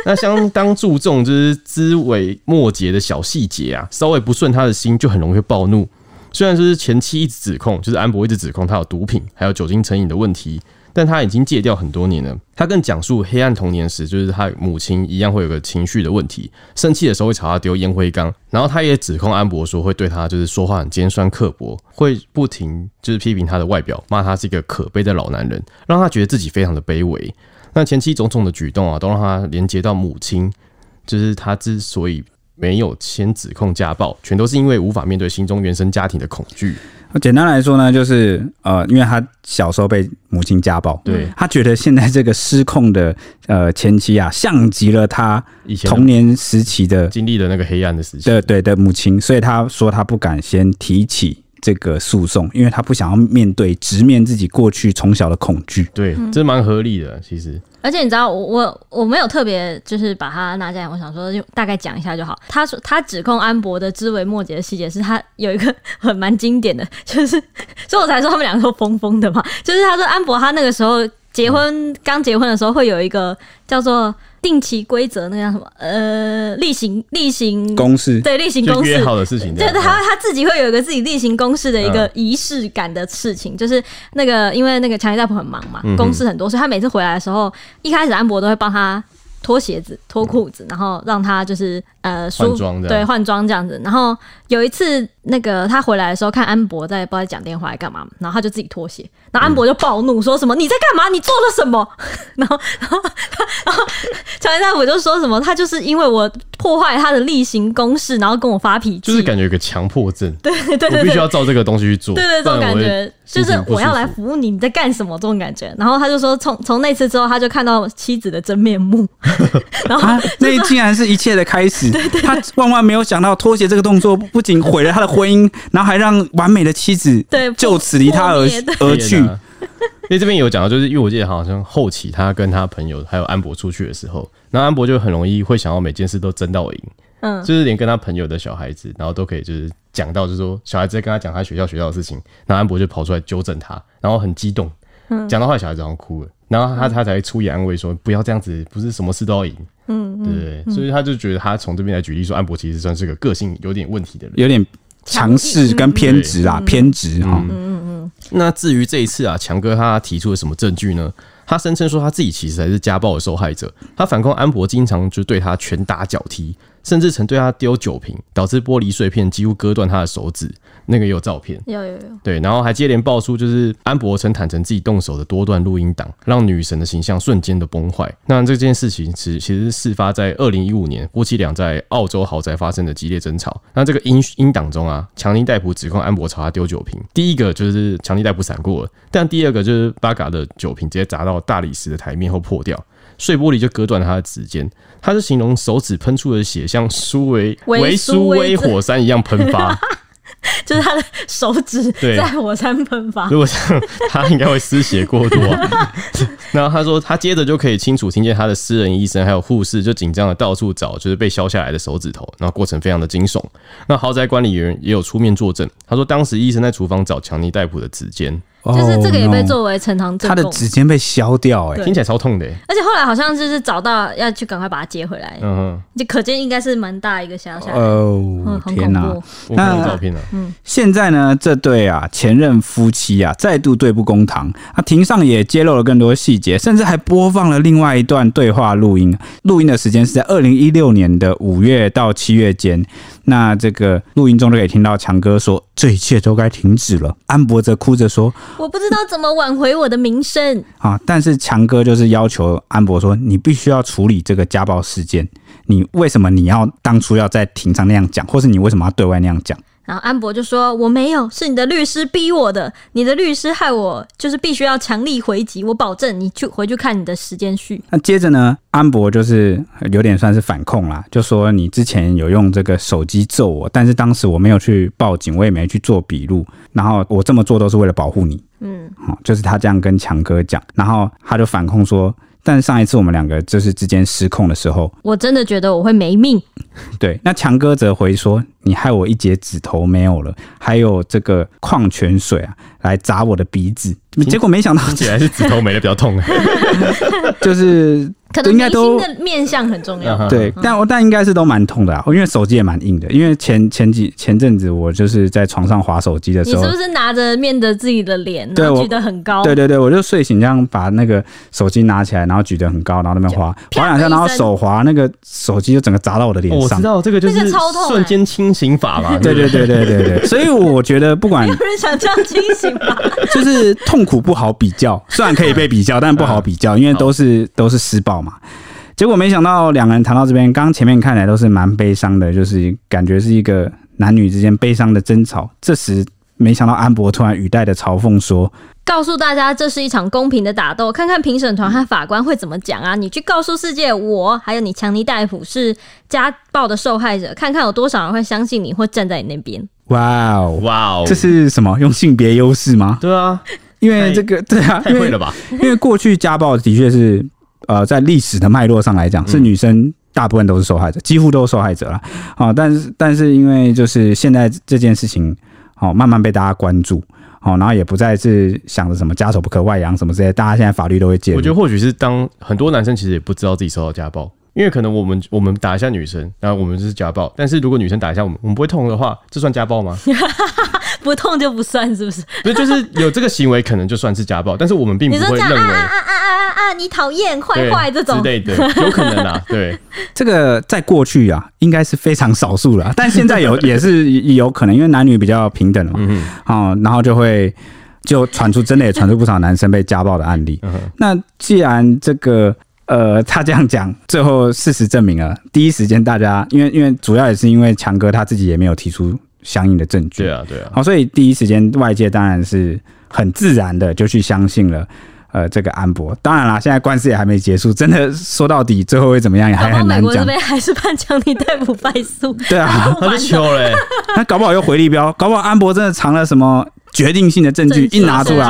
S3: 那相当注重就是枝尾末节的小细节啊，稍微不顺他的心就很容易会暴怒。虽然就是前妻一直指控，就是安博一直指控他有毒品还有酒精成瘾的问题，但他已经戒掉很多年了。他更讲述黑暗童年时，就是他母亲一样会有个情绪的问题，生气的时候会朝他丢烟灰缸，然后他也指控安博说会对他就是说话很尖酸刻薄，会不停就是批评他的外表，骂他是一个可悲的老男人，让他觉得自己非常的卑微。那前妻种种的举动啊，都让他连接到母亲，就是他之所以没有先指控家暴，全都是因为无法面对心中原生家庭的恐惧。
S1: 简单来说呢，就是呃，因为他小时候被母亲家暴，
S2: 嗯
S3: 对
S1: 他觉得现在这个失控的呃前妻啊，像极了他
S3: 以前
S1: 童年时期的
S3: 经历了那个黑暗的时期，
S1: 的对的母亲，所以他说他不敢先提起这个诉讼，因为他不想要面对直面自己过去从小的恐惧。
S3: 对，
S2: 嗯
S3: 这蛮合理的。其实
S2: 而且你知道，我我我没有特别就是把它拿进来，我想说就大概讲一下就好。他说他指控安博的枝微末节的细节是他有一个很蛮经典的， 就是所以我才说他们两个都疯疯的嘛。就是他说安博他那个时候结婚刚结婚的时候会有一个叫做定期规则，那个叫什么呃例行例行
S1: 公式
S2: 对例行
S3: 就
S2: 公
S3: 约
S2: 式。
S3: 好的事情这
S2: 对
S3: 样，
S2: 对，他他自己会有一个自己例行公事的一个仪式感的事情，就是那个因为那个强尼戴普很忙嘛，
S3: 嗯哼
S2: 公事很多，所以他每次回来的时候，一开始安博都会帮他。脱鞋子、脱裤子，然后让他就是呃舒
S3: 换装这样
S2: 对换装这样子。然后有一次，那个他回来的时候，看安博在不知道在讲电话还干嘛，然后他就自己脱鞋，然后安博就暴怒说什么：“你在干嘛？你做了什么？”然后，然后他，然后强尼戴普就说什么：“他就是因为我破坏他的例行公事，然后跟我发脾气，
S3: 就是感觉有个强迫症，
S2: 对对 对
S3: 我
S2: 对
S3: 必
S2: 对
S3: 须要照这个东西去做，
S2: 对对，这种
S3: 不然
S2: 感
S3: 我会
S2: 觉就
S3: 心情
S2: 是
S3: 不
S2: 我要
S3: 舒
S2: 来
S3: 服
S2: 服务你，你在干什么这种感觉。然后他就说，从从那次之后，他就看到妻子的真面目，然后
S1: 啊，那竟然是一切的 开始。他万万没有想到，拖鞋这个动作不仅毁了他的婚姻，然后还让完美的妻子
S2: 对
S1: 就此离他而
S2: 破灭对
S1: 而去
S3: 天。啊因为这边有讲到，就是因为我记得好像后期他跟他朋友还有安博出去的时候，然后安博就很容易会想要每件事都争到赢，
S2: 嗯，
S3: 就是连跟他朋友的小孩子，然后都可以就是讲到，就是说小孩子在跟他讲他学校学校的事情，然后安博就跑出来纠正他，然后很激动，讲到后来小孩子好像哭了，然后他他才出言安慰说不要这样子，不是什么事都要赢，嗯，对不对？所以他就觉得他从这边来举例说，安博其实算是个个性有点问题的人。
S1: 有点强势跟
S2: 嗯
S1: 偏执啊，偏执哈。
S3: 那至于这一次啊，强哥他提出了什么证据呢？他声称说他自己其实才是家暴的受害者。他反控安博经常就对他拳打脚踢，甚至曾对他丢酒瓶，导致玻璃碎片几乎割断他的手指。那个也有照片。
S2: 有有有，
S3: 对，然后还接连爆出就是安博曾坦诚自己动手的多段录音档，让女神的形象瞬间的崩坏。那这件事情其实其实是事发在二零一五年，夫妻俩在澳洲豪宅发生的激烈争吵。那这个音音档中啊，强尼戴普指控安博朝他丢酒瓶，第一个就是强尼戴普闪过了，但第二个就是巴嘎的酒瓶直接砸到大理石的台面后破掉。碎玻璃就割断了他的指尖，他是形容手指喷出的血像苏维
S2: 维
S3: 维苏
S2: 苏
S3: 威
S2: 威
S3: 火山一样喷发。
S2: 就是他的手指
S3: 对
S2: 在火山喷 发，
S3: 如果这样，他应该会失血过多、 啊。然后他说，他接着就可以清楚听见他的私人医生还有护士就紧张的到处找，就是被削下来的手指头，然后过程非常的惊悚。那豪宅管理员也有出面作证，他说当时医生在厨房找强尼戴普的指尖，
S2: 嗯就是这个也被
S1: Oh no
S2: 作为呈堂证
S1: 他的
S2: 供。
S1: 指尖被削掉，哎
S2: 对，
S3: 听起来超痛的、欸。
S2: 而且后来好像就是找到要去赶快把它接回来，
S3: 嗯哼，
S2: 就可见应该是蛮大一个想下来，嗯，
S1: 哦，
S2: 很
S1: 天
S2: 恐
S1: 哪
S2: 怖！。
S3: 我看
S1: 那
S3: 到照片啊了、
S1: 现在呢，这对啊前任夫妻啊再度对簿公堂啊，庭上也揭露了更多细节，甚至还播放了另外一段对话录音。录音的时间是在二零一六年的五月到七月间。那这个录音中就可以听到强哥说：“这一切都该停止了。安博则哭着说
S2: 我不知道怎么挽回我的名声。
S1: 啊，但是强哥就是要求安博说，你必须要处理这个家暴事件。你为什么你要当初要在庭上那样讲，或是你为什么要对外那样讲？
S2: 然后安博就说：“我没有，是你的律师逼我的，你的律师害我，就是必须要强力回击。我保证，你去回去看你的时间序。
S1: 那接着呢，安博就是有点算是反控啦，就说你之前有用这个手机揍我，但是当时我没有去报警，我也没去做笔录，然后我这么做都是为了保护你。
S2: 嗯，
S1: 哦，就是他这样跟强哥讲，然后他就反控说，但上一次我们两个就是之间失控的时候，
S2: 我真的觉得我会没命。
S1: 对，那强哥则回说，你害我一截指头没有了，还有这个矿泉水啊来砸我的鼻子，
S3: 嗯
S1: 结果没想到
S3: 听 起来是指头没的比较痛、欸。
S1: 就是
S2: 可能
S1: 应
S2: 明
S1: 该都
S2: 星的面相很重
S3: 嗯
S2: 要。
S1: 对，但我但应该是都蛮痛的啊，因为手机也蛮硬的。因为前前几前阵子我就是在床上划手机的
S2: 你
S1: 时候
S2: 是不，是拿着面着自己的脸，
S1: 对
S2: 然后
S1: 我
S2: 举得很
S3: 哦
S2: 高？
S1: 对对对，我就睡醒这样把那个手机拿起来，然后举得很高，然后那边划
S2: 就
S1: 划两
S2: 啪的
S1: 下，
S2: 一声
S1: 然后手滑，那个手机就整个砸到我的脸
S3: 哦我
S1: 上
S3: 知。道这个就
S2: 那
S3: 是
S2: 个超痛欸
S3: 瞬间清醒法嘛，
S1: 对
S3: 不
S1: 对对对对 对，所以我觉得不管
S2: 有人想这样清醒吗？
S1: 就是痛苦不好比较，虽然可以被比较，但不好比较，因为都是都是施
S3: 哦
S1: 暴嘛。结果没想到两个人谈到这边，刚前面看来都是蛮悲伤的，就是感觉是一个男女之间悲伤的争吵。这时没想到安博突然语带的嘲讽说
S2: 告诉大家，这是一场公平的打斗，看看评审团和法官会怎么讲啊！你去告诉世界我，还有你强尼戴普是家暴的受害者，看看有多少人会相信你，或站在你那边。：“
S1: 哇哦，
S3: 哇哦，
S1: 这是什么？用性别优势吗？
S3: 对啊，
S1: 因为这个对啊，
S3: 太
S1: 因
S3: 会
S1: 为
S3: 了吧？
S1: 因为过去家暴的确是，呃，在历史的脉络上来讲，是女生大部分都是受害者，几乎都是受害者啦。啊、但是但是因为就是现在这件事情，哦，慢慢被大家关注，哦，然后也不再是想着什么家丑不可外扬什么之类的，大家现在法律都会介入。
S3: 我觉得或许是当很多男生其实也不知道自己受到家暴，因为可能我们我们打一下女生，然后我们就是家暴，但是如果女生打一下我们，我们不会痛的话，这算家暴吗？
S2: 不痛就不算，是不是？
S3: 不是，就是有这个行为可能就算是家暴，但是我们并不
S2: 你说
S3: 会
S2: 这
S3: 认
S2: 样啊啊
S3: 为。
S2: 啊啊啊啊啊！你讨厌坏
S3: 对
S2: 坏这种
S3: 之，类的，有可能啊， 对，
S1: 这个在过去啊，应该是非常少数了，但现在有 也是有可能，因为男女比较平等了
S3: 嗯
S1: 嘛，哦，然后就会就传出真的也传出不少男生被家暴的案
S3: 嗯
S1: 例。那既然这个。呃，他这样讲，最后事实证明了，第一时间大家，因为因为主要也是因为强哥他自己也没有提出相应的证据，
S3: 对啊，对啊，
S1: 好，所以第一时间外界当然是很自然的就去相信了。呃，这个安博，当然啦，现在官司也还没结束，真的说到底，最后会怎么样也还
S2: 然后
S1: 很
S2: 美
S1: 难
S2: 国这
S1: 讲。
S2: 边还是判强尼戴普败诉。
S1: 对啊，
S2: 哦
S3: 他就糗嘞，
S1: 他搞不好又回力镖，搞不好安博真的藏了什么决定性的证据，一拿出来，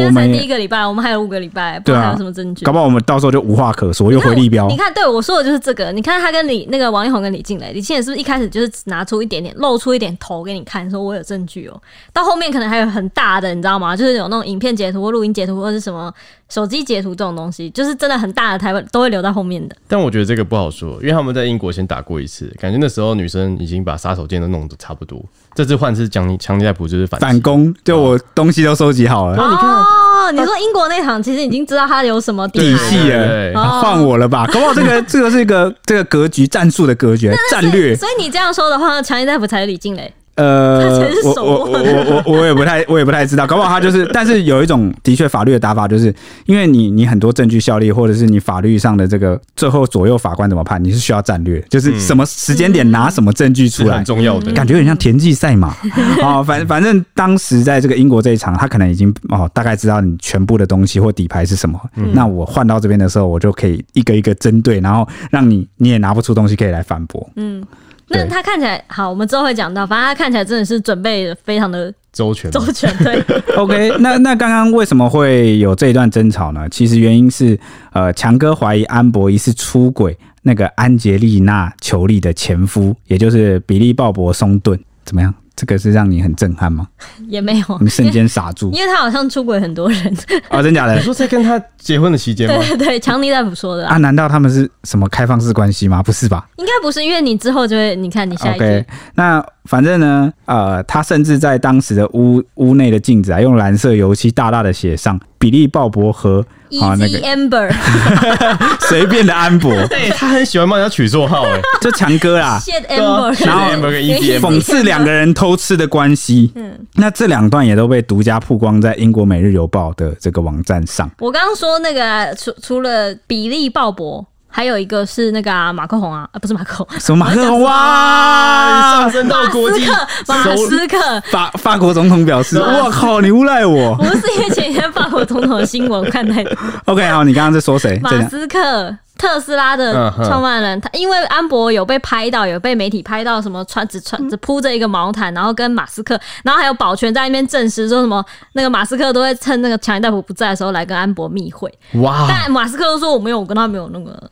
S2: 啊现在才
S1: 们
S2: 第一
S1: 也
S2: 个礼拜，我们还有五个礼拜，不
S1: 对
S2: 知道还
S1: 啊
S2: 有什么证据
S1: 搞。不好我们到时候就无话可说，又回力镖
S2: 你。看，对我说的就是这个。你看他跟李那个王力宏跟李静蕾，李静蕾是不是一开始就是只拿出一点点，露出一点头给你看，说我有证据哦。到后面可能还有很大的，你知道吗？就是有那种影片截图或录音截图或是什么手机截图这种东西，就是真的很大的台湾都会留到后面的。
S3: 但我觉得这个不好说，因为他们在英国先打过一次，感觉那时候女生已经把杀手锏都弄得差不多，这次换是强尼强尼戴普就是反击
S1: 反攻，就我东西都收集好了，
S3: 哦你看
S2: 哦，你说英国那场其实已经知道他有什么
S1: 底
S2: 底牌
S1: 细
S3: 对
S1: 了
S3: 对，
S2: 哦
S3: 对
S1: 啊换我了吧？搞不好这 个这个是一个这个格局，战术的格局，战略。
S2: 所以你这样说的话，强尼大夫才是李静蕾。
S1: 呃
S2: 他才是，
S1: 我
S2: 手握
S1: 我我我我我也不太我也不太知道，搞不好他就是，但是有一种的确法律的打法，就是因为你你很多证据效力，或者是你法律上的这个最后左右法官怎么判，你是需要战略，就是什么时间点拿什么证据
S3: 嗯
S1: 出
S3: 是
S1: 来
S3: 很，重要的，
S1: 感觉有点像田忌 赛马哦。反反正当时在这个英国这一场，他可能已经哦大概知道你全部的东西或底牌是什么。
S3: 嗯
S1: 那我换到这边的时候，我就可以一个一个针对，然后让你你也拿不出东西可以来反驳。
S2: 那
S1: 对
S2: 他看起来好，我们之后会讲到，反正他看起来真的是准备得非常的
S3: 周全嘛
S2: 周全，对，
S1: OK，那那刚刚为什么会有这一段争吵呢？其实原因是，呃，强哥怀疑安博疑似出轨那个安杰丽娜·裘丽的前夫，也就是比利·鲍勃·松顿，怎么样？这个是让你很震撼吗？
S2: 也没有
S1: 你，瞬间傻 住
S2: 因为他好像出轨很多 人，
S1: 啊、真假
S3: 你
S1: 的
S3: 说在跟他结婚的期间吗？
S2: 对对对，强尼大夫说的啦，
S1: 啊？难道他们是什么开放式关系吗？不是吧
S2: 应该不是，因为你之后就会，你看你下一句
S1: ？OK，那反正呢，呃，他甚至在当时的屋屋内的镜子啊，用蓝色油漆大大的写上“比比利鲍勃和啊那
S2: Easy
S1: 个
S2: Amber，Shit
S1: 随便 的安博，
S3: 对哎他很喜欢帮人家取绰号哎，
S1: 就强哥啊啦，
S2: Amber，
S1: 然后
S3: Amber 跟 Easy
S1: 讽刺两个人偷吃的关系。
S2: 嗯
S1: 那这两段也都被独家曝光在英国《每日邮报》的这个网站上。
S2: 我刚刚说那个啊、除除了比利鲍勃，还有一个是那个、啊、马克宏啊，啊不是马克宏，
S1: 什么马克宏啊
S3: 哎
S1: 哇
S3: 上？升到国际
S2: 啊马
S3: 首
S2: 斯克。
S1: 法法国总统表示：“我靠，你诬赖我
S2: 不是因为前几天法国总统的新闻我看太多，
S1: ！”OK，好，你刚刚在说谁？这
S2: 马
S1: 两
S2: 斯克。特斯拉的
S3: 嗯哼
S2: 创办人，他因为安博有被拍到，有被媒体拍到什么穿只穿只铺着一个毛毯，然后跟马斯克，然后还有保全在那边证实说什么那个马斯克都会趁那个强尼戴普不在的时候来跟安博密会，
S3: 哇，
S2: 但马斯克都说我没有，我跟他没有那个。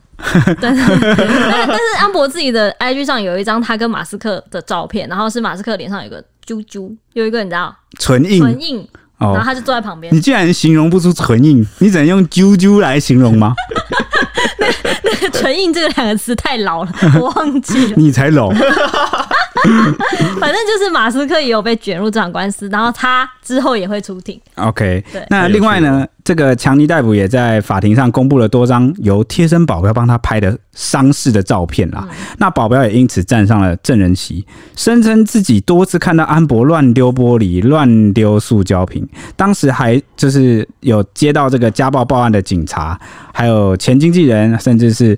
S2: 但是但但是安博自己的 IG 上有一张他跟马斯克的照片，然后是马斯克脸上有个啾啾，有一个你知道
S1: 唇
S2: 唇
S1: 印
S2: 印，然后
S1: 哦。
S2: 他就坐在旁边
S1: 你，竟然形容不出唇印，你只能用啾啾来形容吗？
S2: 唇印这两个词太老了， 我忘记 了。
S1: 你才老。
S2: 反正就是马斯克也有被卷入这场官司，然后他之后也会出庭。
S1: OK，
S2: 对
S1: 那另外呢，这个强尼逮捕也在法庭上公布了多张由贴身保镖帮他拍的伤势的照片啦。那保镖也因此站上了证人席，声称自己多次看到安博乱丢玻璃、乱丢塑胶瓶，当时还就是有接到这个家暴报案的警察，还有前经纪人，甚至是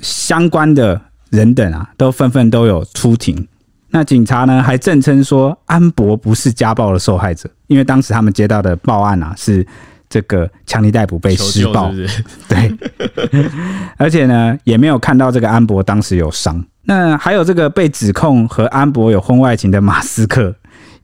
S1: 相关的人等啊，都纷纷都有出庭。那警察呢还证称说，安博不是家暴的受害者，因为当时他们接到的报案啊是这个强尼逮捕被
S3: 求
S1: 施
S3: 救
S1: 暴
S3: 是，不是？
S1: 对，而且呢，也没有看到这个安博当时有伤。那还有这个被指控和安博有婚外情的马斯克，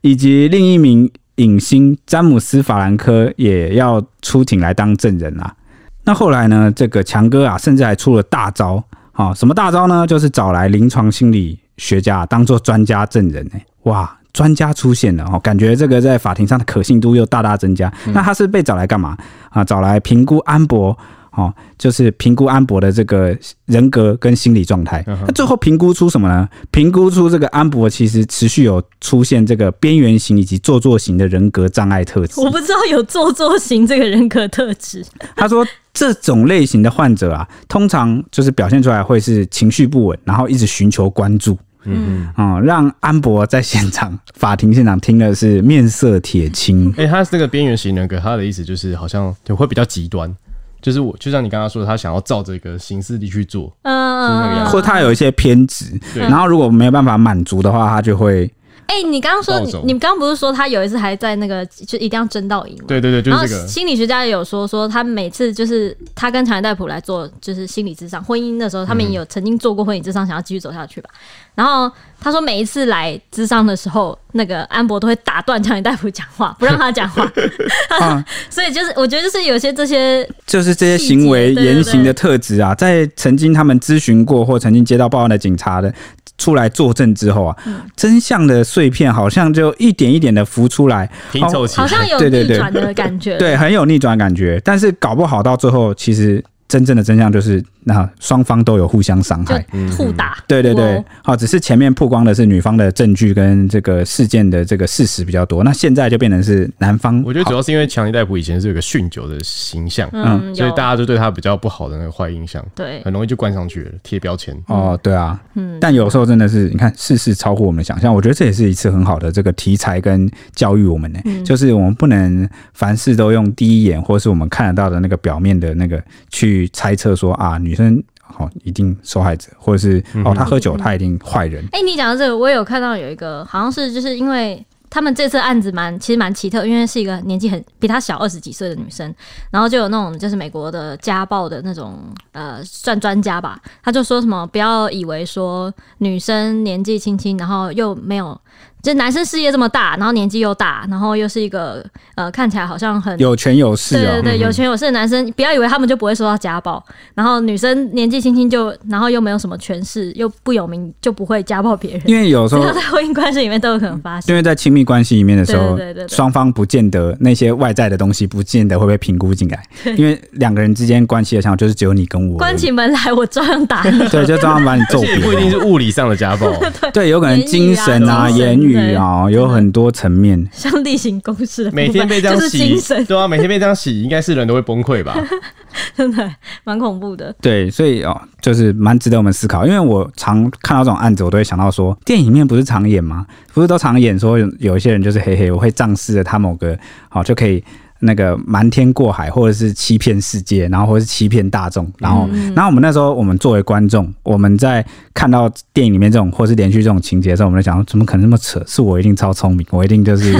S1: 以及另一名影星詹姆斯·法兰科也要出庭来当证人啊啦、那后来呢，这个强哥啊，甚至还出了大招，好、什么大招呢？就是找来临床心理学家、当做专家证人、欸，哇，专家出现了哦，感觉这个在法庭上的可信度又大大增加。那他是被找来干嘛啊？找来评估安博。哦，就是评估安博的这个人格跟心理状态，那最后评估出什么呢？评估出这个安博其实持续有出现这个边缘型以及做作型的人格障碍特质。
S2: 我不知道有做作型这个人格特质，
S1: 他说这种类型的患者啊，通常就是表现出来会是情绪不稳，然后一直寻求关注。
S3: 嗯，
S1: 嗯，让安博在现场法庭现场听的是面色铁青。
S3: 哎，他是那个边缘型人格，他的意思就是好像就会比较极端，就是我就像你刚刚说的，他想要照着一个形式地去做，是那个
S2: 嗯
S3: 样，
S1: 或他有一些偏执，
S3: 对
S1: 然后如果没有办法满足的话，他就会
S2: 哎、你刚刚说
S3: 暴走
S2: 你你刚刚不是说他有一次还在那个就一定要争到赢吗？
S3: 对对对，就
S2: 然
S3: 是
S2: 后
S3: 这个，
S2: 心理学家也有说，说他每次就是他跟常人戴普来做就是心理智商，婚姻的时候他们也有曾经做过婚姻智商，想要继续走下去吧。然后他说每一次来智商的时候，那个安博都会打断常人戴普讲话，不让他讲话。
S1: 啊，
S2: 所以就是我觉得就是有些这些
S1: 就是这些行为
S2: 细节对对对
S1: 言行的特质啊，在曾经他们咨询过或曾经接到报案的警察的出来作证之后啊，
S2: 嗯
S1: 真相的碎片好像就一点一点的浮出来，
S3: 拼凑起
S2: 好像
S3: 来，
S2: 有
S1: 对对
S2: 逆
S1: 对
S2: 转的感觉。
S1: 对，很有逆转感觉。但是搞不好到最后，其实真正的真相就是，那双方都有互相伤害。
S2: 就互打。哦
S1: 对对对
S2: 我，
S1: 好，只是前面曝光的是女方的证据跟这个事件的这个事实比较多，那现在就变成是男方。
S3: 我觉得主
S1: 好
S3: 要是因为强尼戴普以前是有个酗酒的形象，
S2: 嗯，
S3: 所以
S2: 有
S3: 大家就对他比较不好的那个坏印象，
S2: 对，
S3: 很容易就冠上去了，贴标签。
S1: 哦，对啊，
S2: 嗯，
S1: 但有时候真的是，你看世事超乎我们的想象，我觉得这也是一次很好的这个题材跟教育我们呢、
S2: 嗯
S1: 就是我们不能凡事都用第一眼或是我们看得到的那个表面的那个去猜测说啊，女生哦一定受害者，或者是
S2: 嗯
S1: 哦她喝酒她一定坏人，
S2: 哎、你讲到这个，我也有看到有一个，好像是就是因为他们这次案子蛮其实蛮奇特，因为是一个年纪很比他小二十几岁的女生，然后就有那种就是美国的家暴的那种呃算专家吧，他就说什么不要以为说女生年纪轻轻，然后又没有。就男生事业这么大，然后年纪又大，然后又是一个呃看起来好像很
S1: 有权有势
S2: 对对
S1: 哦。
S2: 对，有权有势的男生，不要以为他们就不会受到家暴。然后女生年纪轻轻就，然后又没有什么权势，又不有名，就不会家暴别人。
S1: 因为有时
S2: 这
S1: 候
S2: 个在婚姻关系里面都有可能发
S1: 因
S2: 生。
S1: 为在亲密关系里面的时候
S2: 对对对，对
S1: 双方不见得那些外在的东西不见得会被评估进来，因为两个人之间关系的想法就是只有你跟我而
S2: 关
S1: 已，
S2: 起门来，我照样打你。
S1: 对，就照样把你
S3: 而
S1: 揍
S3: 且
S1: 扁
S3: 也不一定是物理上的家暴，
S1: 对，有可能精神啊、
S2: 言
S1: 言
S2: 语啊
S1: 育啊、有很多层面。
S2: 像例行公事的部分，
S3: 每天被这
S2: 就
S3: 样
S2: 是
S3: 洗
S2: 精，神，
S3: 对啊，每天被这样洗，应该是人都会崩溃 吧？
S2: 真的蛮恐怖的。
S1: 对，所以哦，就是蛮值得我们思考。因为我常看到这种案子，我都会想到说，电影里面不是常演吗？不是都常演说有有一些人就是黑黑，我会仗势着他某个好、就可以那个瞒天过海，或者是欺骗世界，然后或者是欺骗大众。然后，然后我们那时候我们作为观众，我们在看到电影里面这种或是连续这种情节的时候，我们就想说，怎么可能那么扯？是我一定超聪明，我一定就是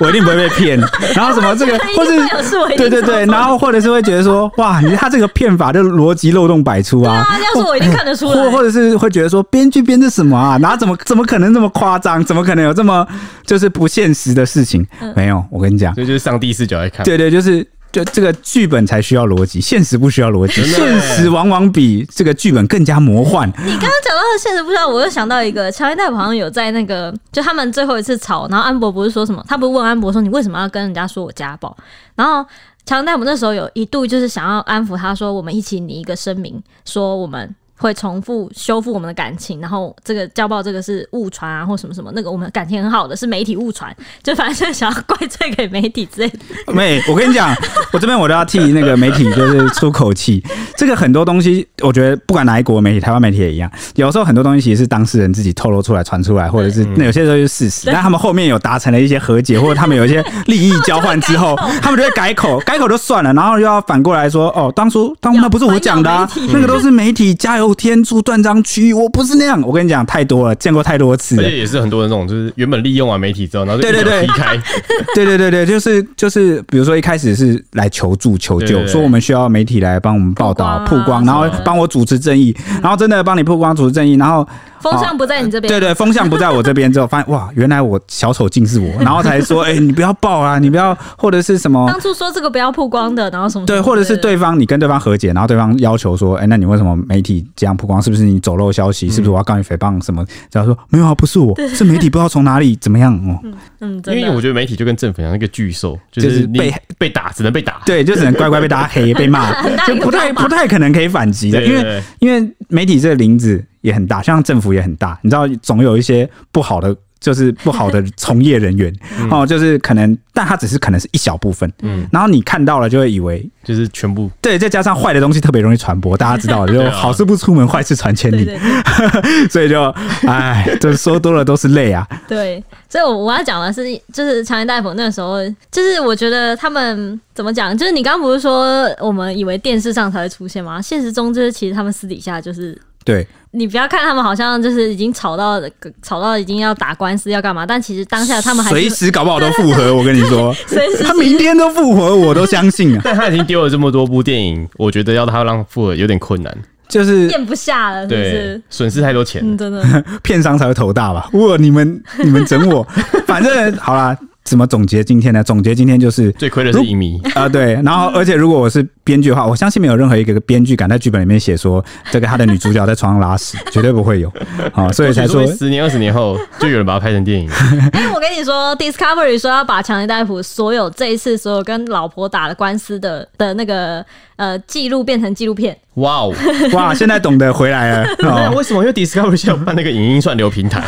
S1: 我一定不会被骗。然后什么 这个，或是
S2: 一定会有事我一定
S1: 对对对，
S2: 知道
S1: 然后或者是会觉得说，哇，你他这个骗法就逻辑漏洞百出啊。
S2: 啊，要是我一定看得出来
S1: 或，或者是会觉得说，编剧编的什么啊？哪怎么怎么可能那么夸张？怎么可能有这么就是不现实的事情？没有，我跟你讲，
S3: 所以就是上帝视角来看，
S1: 对对，就是就这个剧本才需要逻辑，现实不需要逻辑，
S3: 真的
S1: 现实往往比这个剧本更加魔幻。
S2: 你刚刚讲到的现实不知道，我又想到一个，乔恩大夫好像有在那个，就他们最后一次吵，然后安博不是说什么，他不是问安博说你为什么要跟人家说我家暴，然后。乔恩大夫那时候有一度就是想要安抚他说，我们一起拟一个声明，说我们会重复修复我们的感情，然后这个家暴这个是误传啊，或什么什么，那个我们感情很好的是媒体误传，就反正想要怪罪给媒体之类的。
S1: 没，我跟你讲，我这边我都要替那个媒体就是出口气。这个很多东西，我觉得不管哪一国媒体，台湾媒体也一样，有时候很多东西其实是当事人自己透露出来、传出来，或者
S2: 嗯
S1: 是那有些时候就是事实。但他们后面有达成了一些和解，或者他们有一些利益交换之 后，他们就会改口，改口就算了，然后又要反过来说：“哦，当初当初那不是我讲的、啊
S2: 要反咬媒，体
S1: 那个都是媒体加油添醋、断章取义，我不是那样。”我跟你讲，太多了，见过太多次
S3: 而
S1: 了。
S3: 且也是很多人这种，就是原本利用完媒体之后，然后就
S1: 对对对
S3: 一脚踢开，
S1: 对对对对，就是就是，比如说一开始是来求助求救，
S3: 对对对
S1: 说我们需要媒体来帮我们报道
S2: 曝
S1: 曝
S2: 光啊
S1: 光，然后帮我主持正义，然后真的帮你曝光主持正义，然后
S2: 风向不在你这边，
S1: 对对风向不在我这边之后，发现哇，原来我小丑竟是我，然后才说哎、你不要报啊，你不要或者是什么
S2: 当初说这个不要曝光的，然后什么
S1: 对，或者是对方你跟对方和解，然后对方要求说，哎、那你为什么媒体这样曝光？是不是你走漏消
S3: 嗯
S1: 息？是不是我要告你诽谤什么？然后说没有啊，不是我，是媒体不知道从哪里怎么样哦，
S2: 嗯，
S3: 因
S2: 真
S3: 为我
S2: 的
S3: 觉得媒体就跟政府一样，那个巨兽就
S1: 就是是
S3: 你
S1: 被
S3: 被打，只能被 打，
S1: 对，就只能乖乖被大家黑被骂，就不太不太可能可以反击的，
S3: 对
S1: 因
S3: 对
S1: 为
S3: 对
S1: 因为媒体这个林子也很大，像政府也很大，你知道总有一些不好的。就是不好的从业 人员、
S2: 嗯
S1: 哦，就是可能，但他只是可能是一小部分，
S3: 嗯
S1: 嗯，然后你看到了就会以为，
S3: 就是全部
S1: 对，再加上坏的东西特别容易传播，大家知 道，就
S3: 啊
S1: 好事不出门，坏事传千
S2: 对
S1: 里，
S2: 对对。
S1: 所以就，哎，就是说多了都是泪啊，
S2: 对，所以我我要讲的是，就是长野大夫那时候，就是我觉得他们怎么讲，就是你刚刚不是说我们以为电视上才会出现吗？现实中就是其实他们私底下就是。
S1: 对，
S2: 你不要看他们好像就是已经吵到呃吵到已经要打官司要干嘛，但其实当下他们还
S1: 随
S2: 是
S1: 时搞不好都复合，我跟你 说，
S2: 随时
S1: 他明天都复合，我都相信啊，
S3: 但他已经丢了这么多部电影，我觉得要他让复合有点困难，
S1: 就是
S2: 咽不下了，是不
S3: 对
S2: 是？，
S3: 损失太多钱。
S2: 嗯，真的，
S1: 片商才会头大吧？哇，你们 你们整我，反正好啦，怎么总结今天呢？总结今天就是
S3: 最亏的是影迷，
S1: 啊、对，然后而且如果我是编剧的话，我相信没有任何一个编剧敢在剧本里面写说这个他的女主角在床上拉屎，绝对不会 有啊、所以才说
S3: 或许十年二十年后就有人把它拍成电影。
S2: 哎，我跟你说，Discovery 说要把强尼戴普所有这一次所有跟老婆打的官司的的那个呃记录变成纪录片，
S3: 哇哦！
S1: 哇，现在懂得回来了
S3: 那
S1: 哦
S3: 为什么？因为 Discovery 现在有办那个影音串流平台，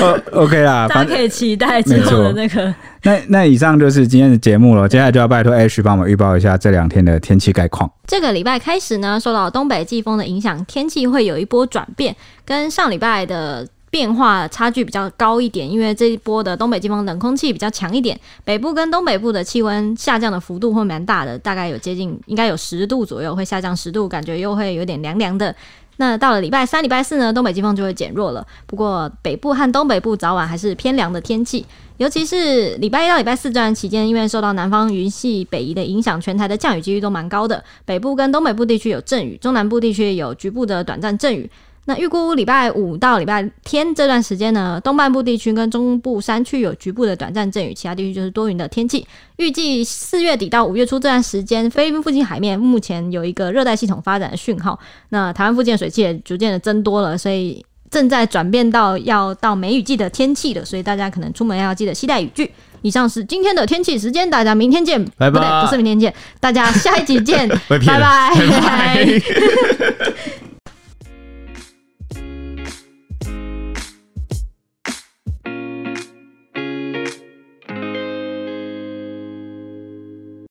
S1: 呃，OK 啦，
S2: 大
S1: 反
S2: 家可以期待之后的那个。
S1: 那那以上就是今天的节目了，接下来就要拜托 H 帮我们预报一下这两天的天气概况。
S2: 这个礼拜开始呢，受到东北季风的影响，天气会有一波转变，跟上礼拜的。变化差距比较高一点，因为这一波的东北季风冷空气比较强一点，北部跟东北部的气温下降的幅度会蛮大的，大概有接近应该有十度左右会下降十度，感觉又会有点凉凉的。那到了礼拜三、礼拜四呢，东北季风就会减弱了。不过北部和东北部早晚还是偏凉的天气，尤其是礼拜一到礼拜四这段期间，因为受到南方云系北移的影响，全台的降雨几率都蛮高的。北部跟东北部地区有阵雨，中南部地区有局部的短暂阵雨。那预估礼拜五到礼拜天这段时间呢，东半部地区跟中部山区有局部的短暂阵雨，其他地区就是多云的天气。预计四月底到五月初这段时间，菲律宾附近海面目前有一个热带系统发展的讯号，那台湾附近的水汽也逐渐的增多了，所以正在转变到要到梅雨季的天气了，所以大家可能出门要记得携带雨具。以上是今天的天气时间，大家明天见，
S3: 拜拜
S2: 不对，不是明天见，大家下一集见，
S3: 被
S2: 拜
S3: 骗了
S2: 拜。
S3: 拜拜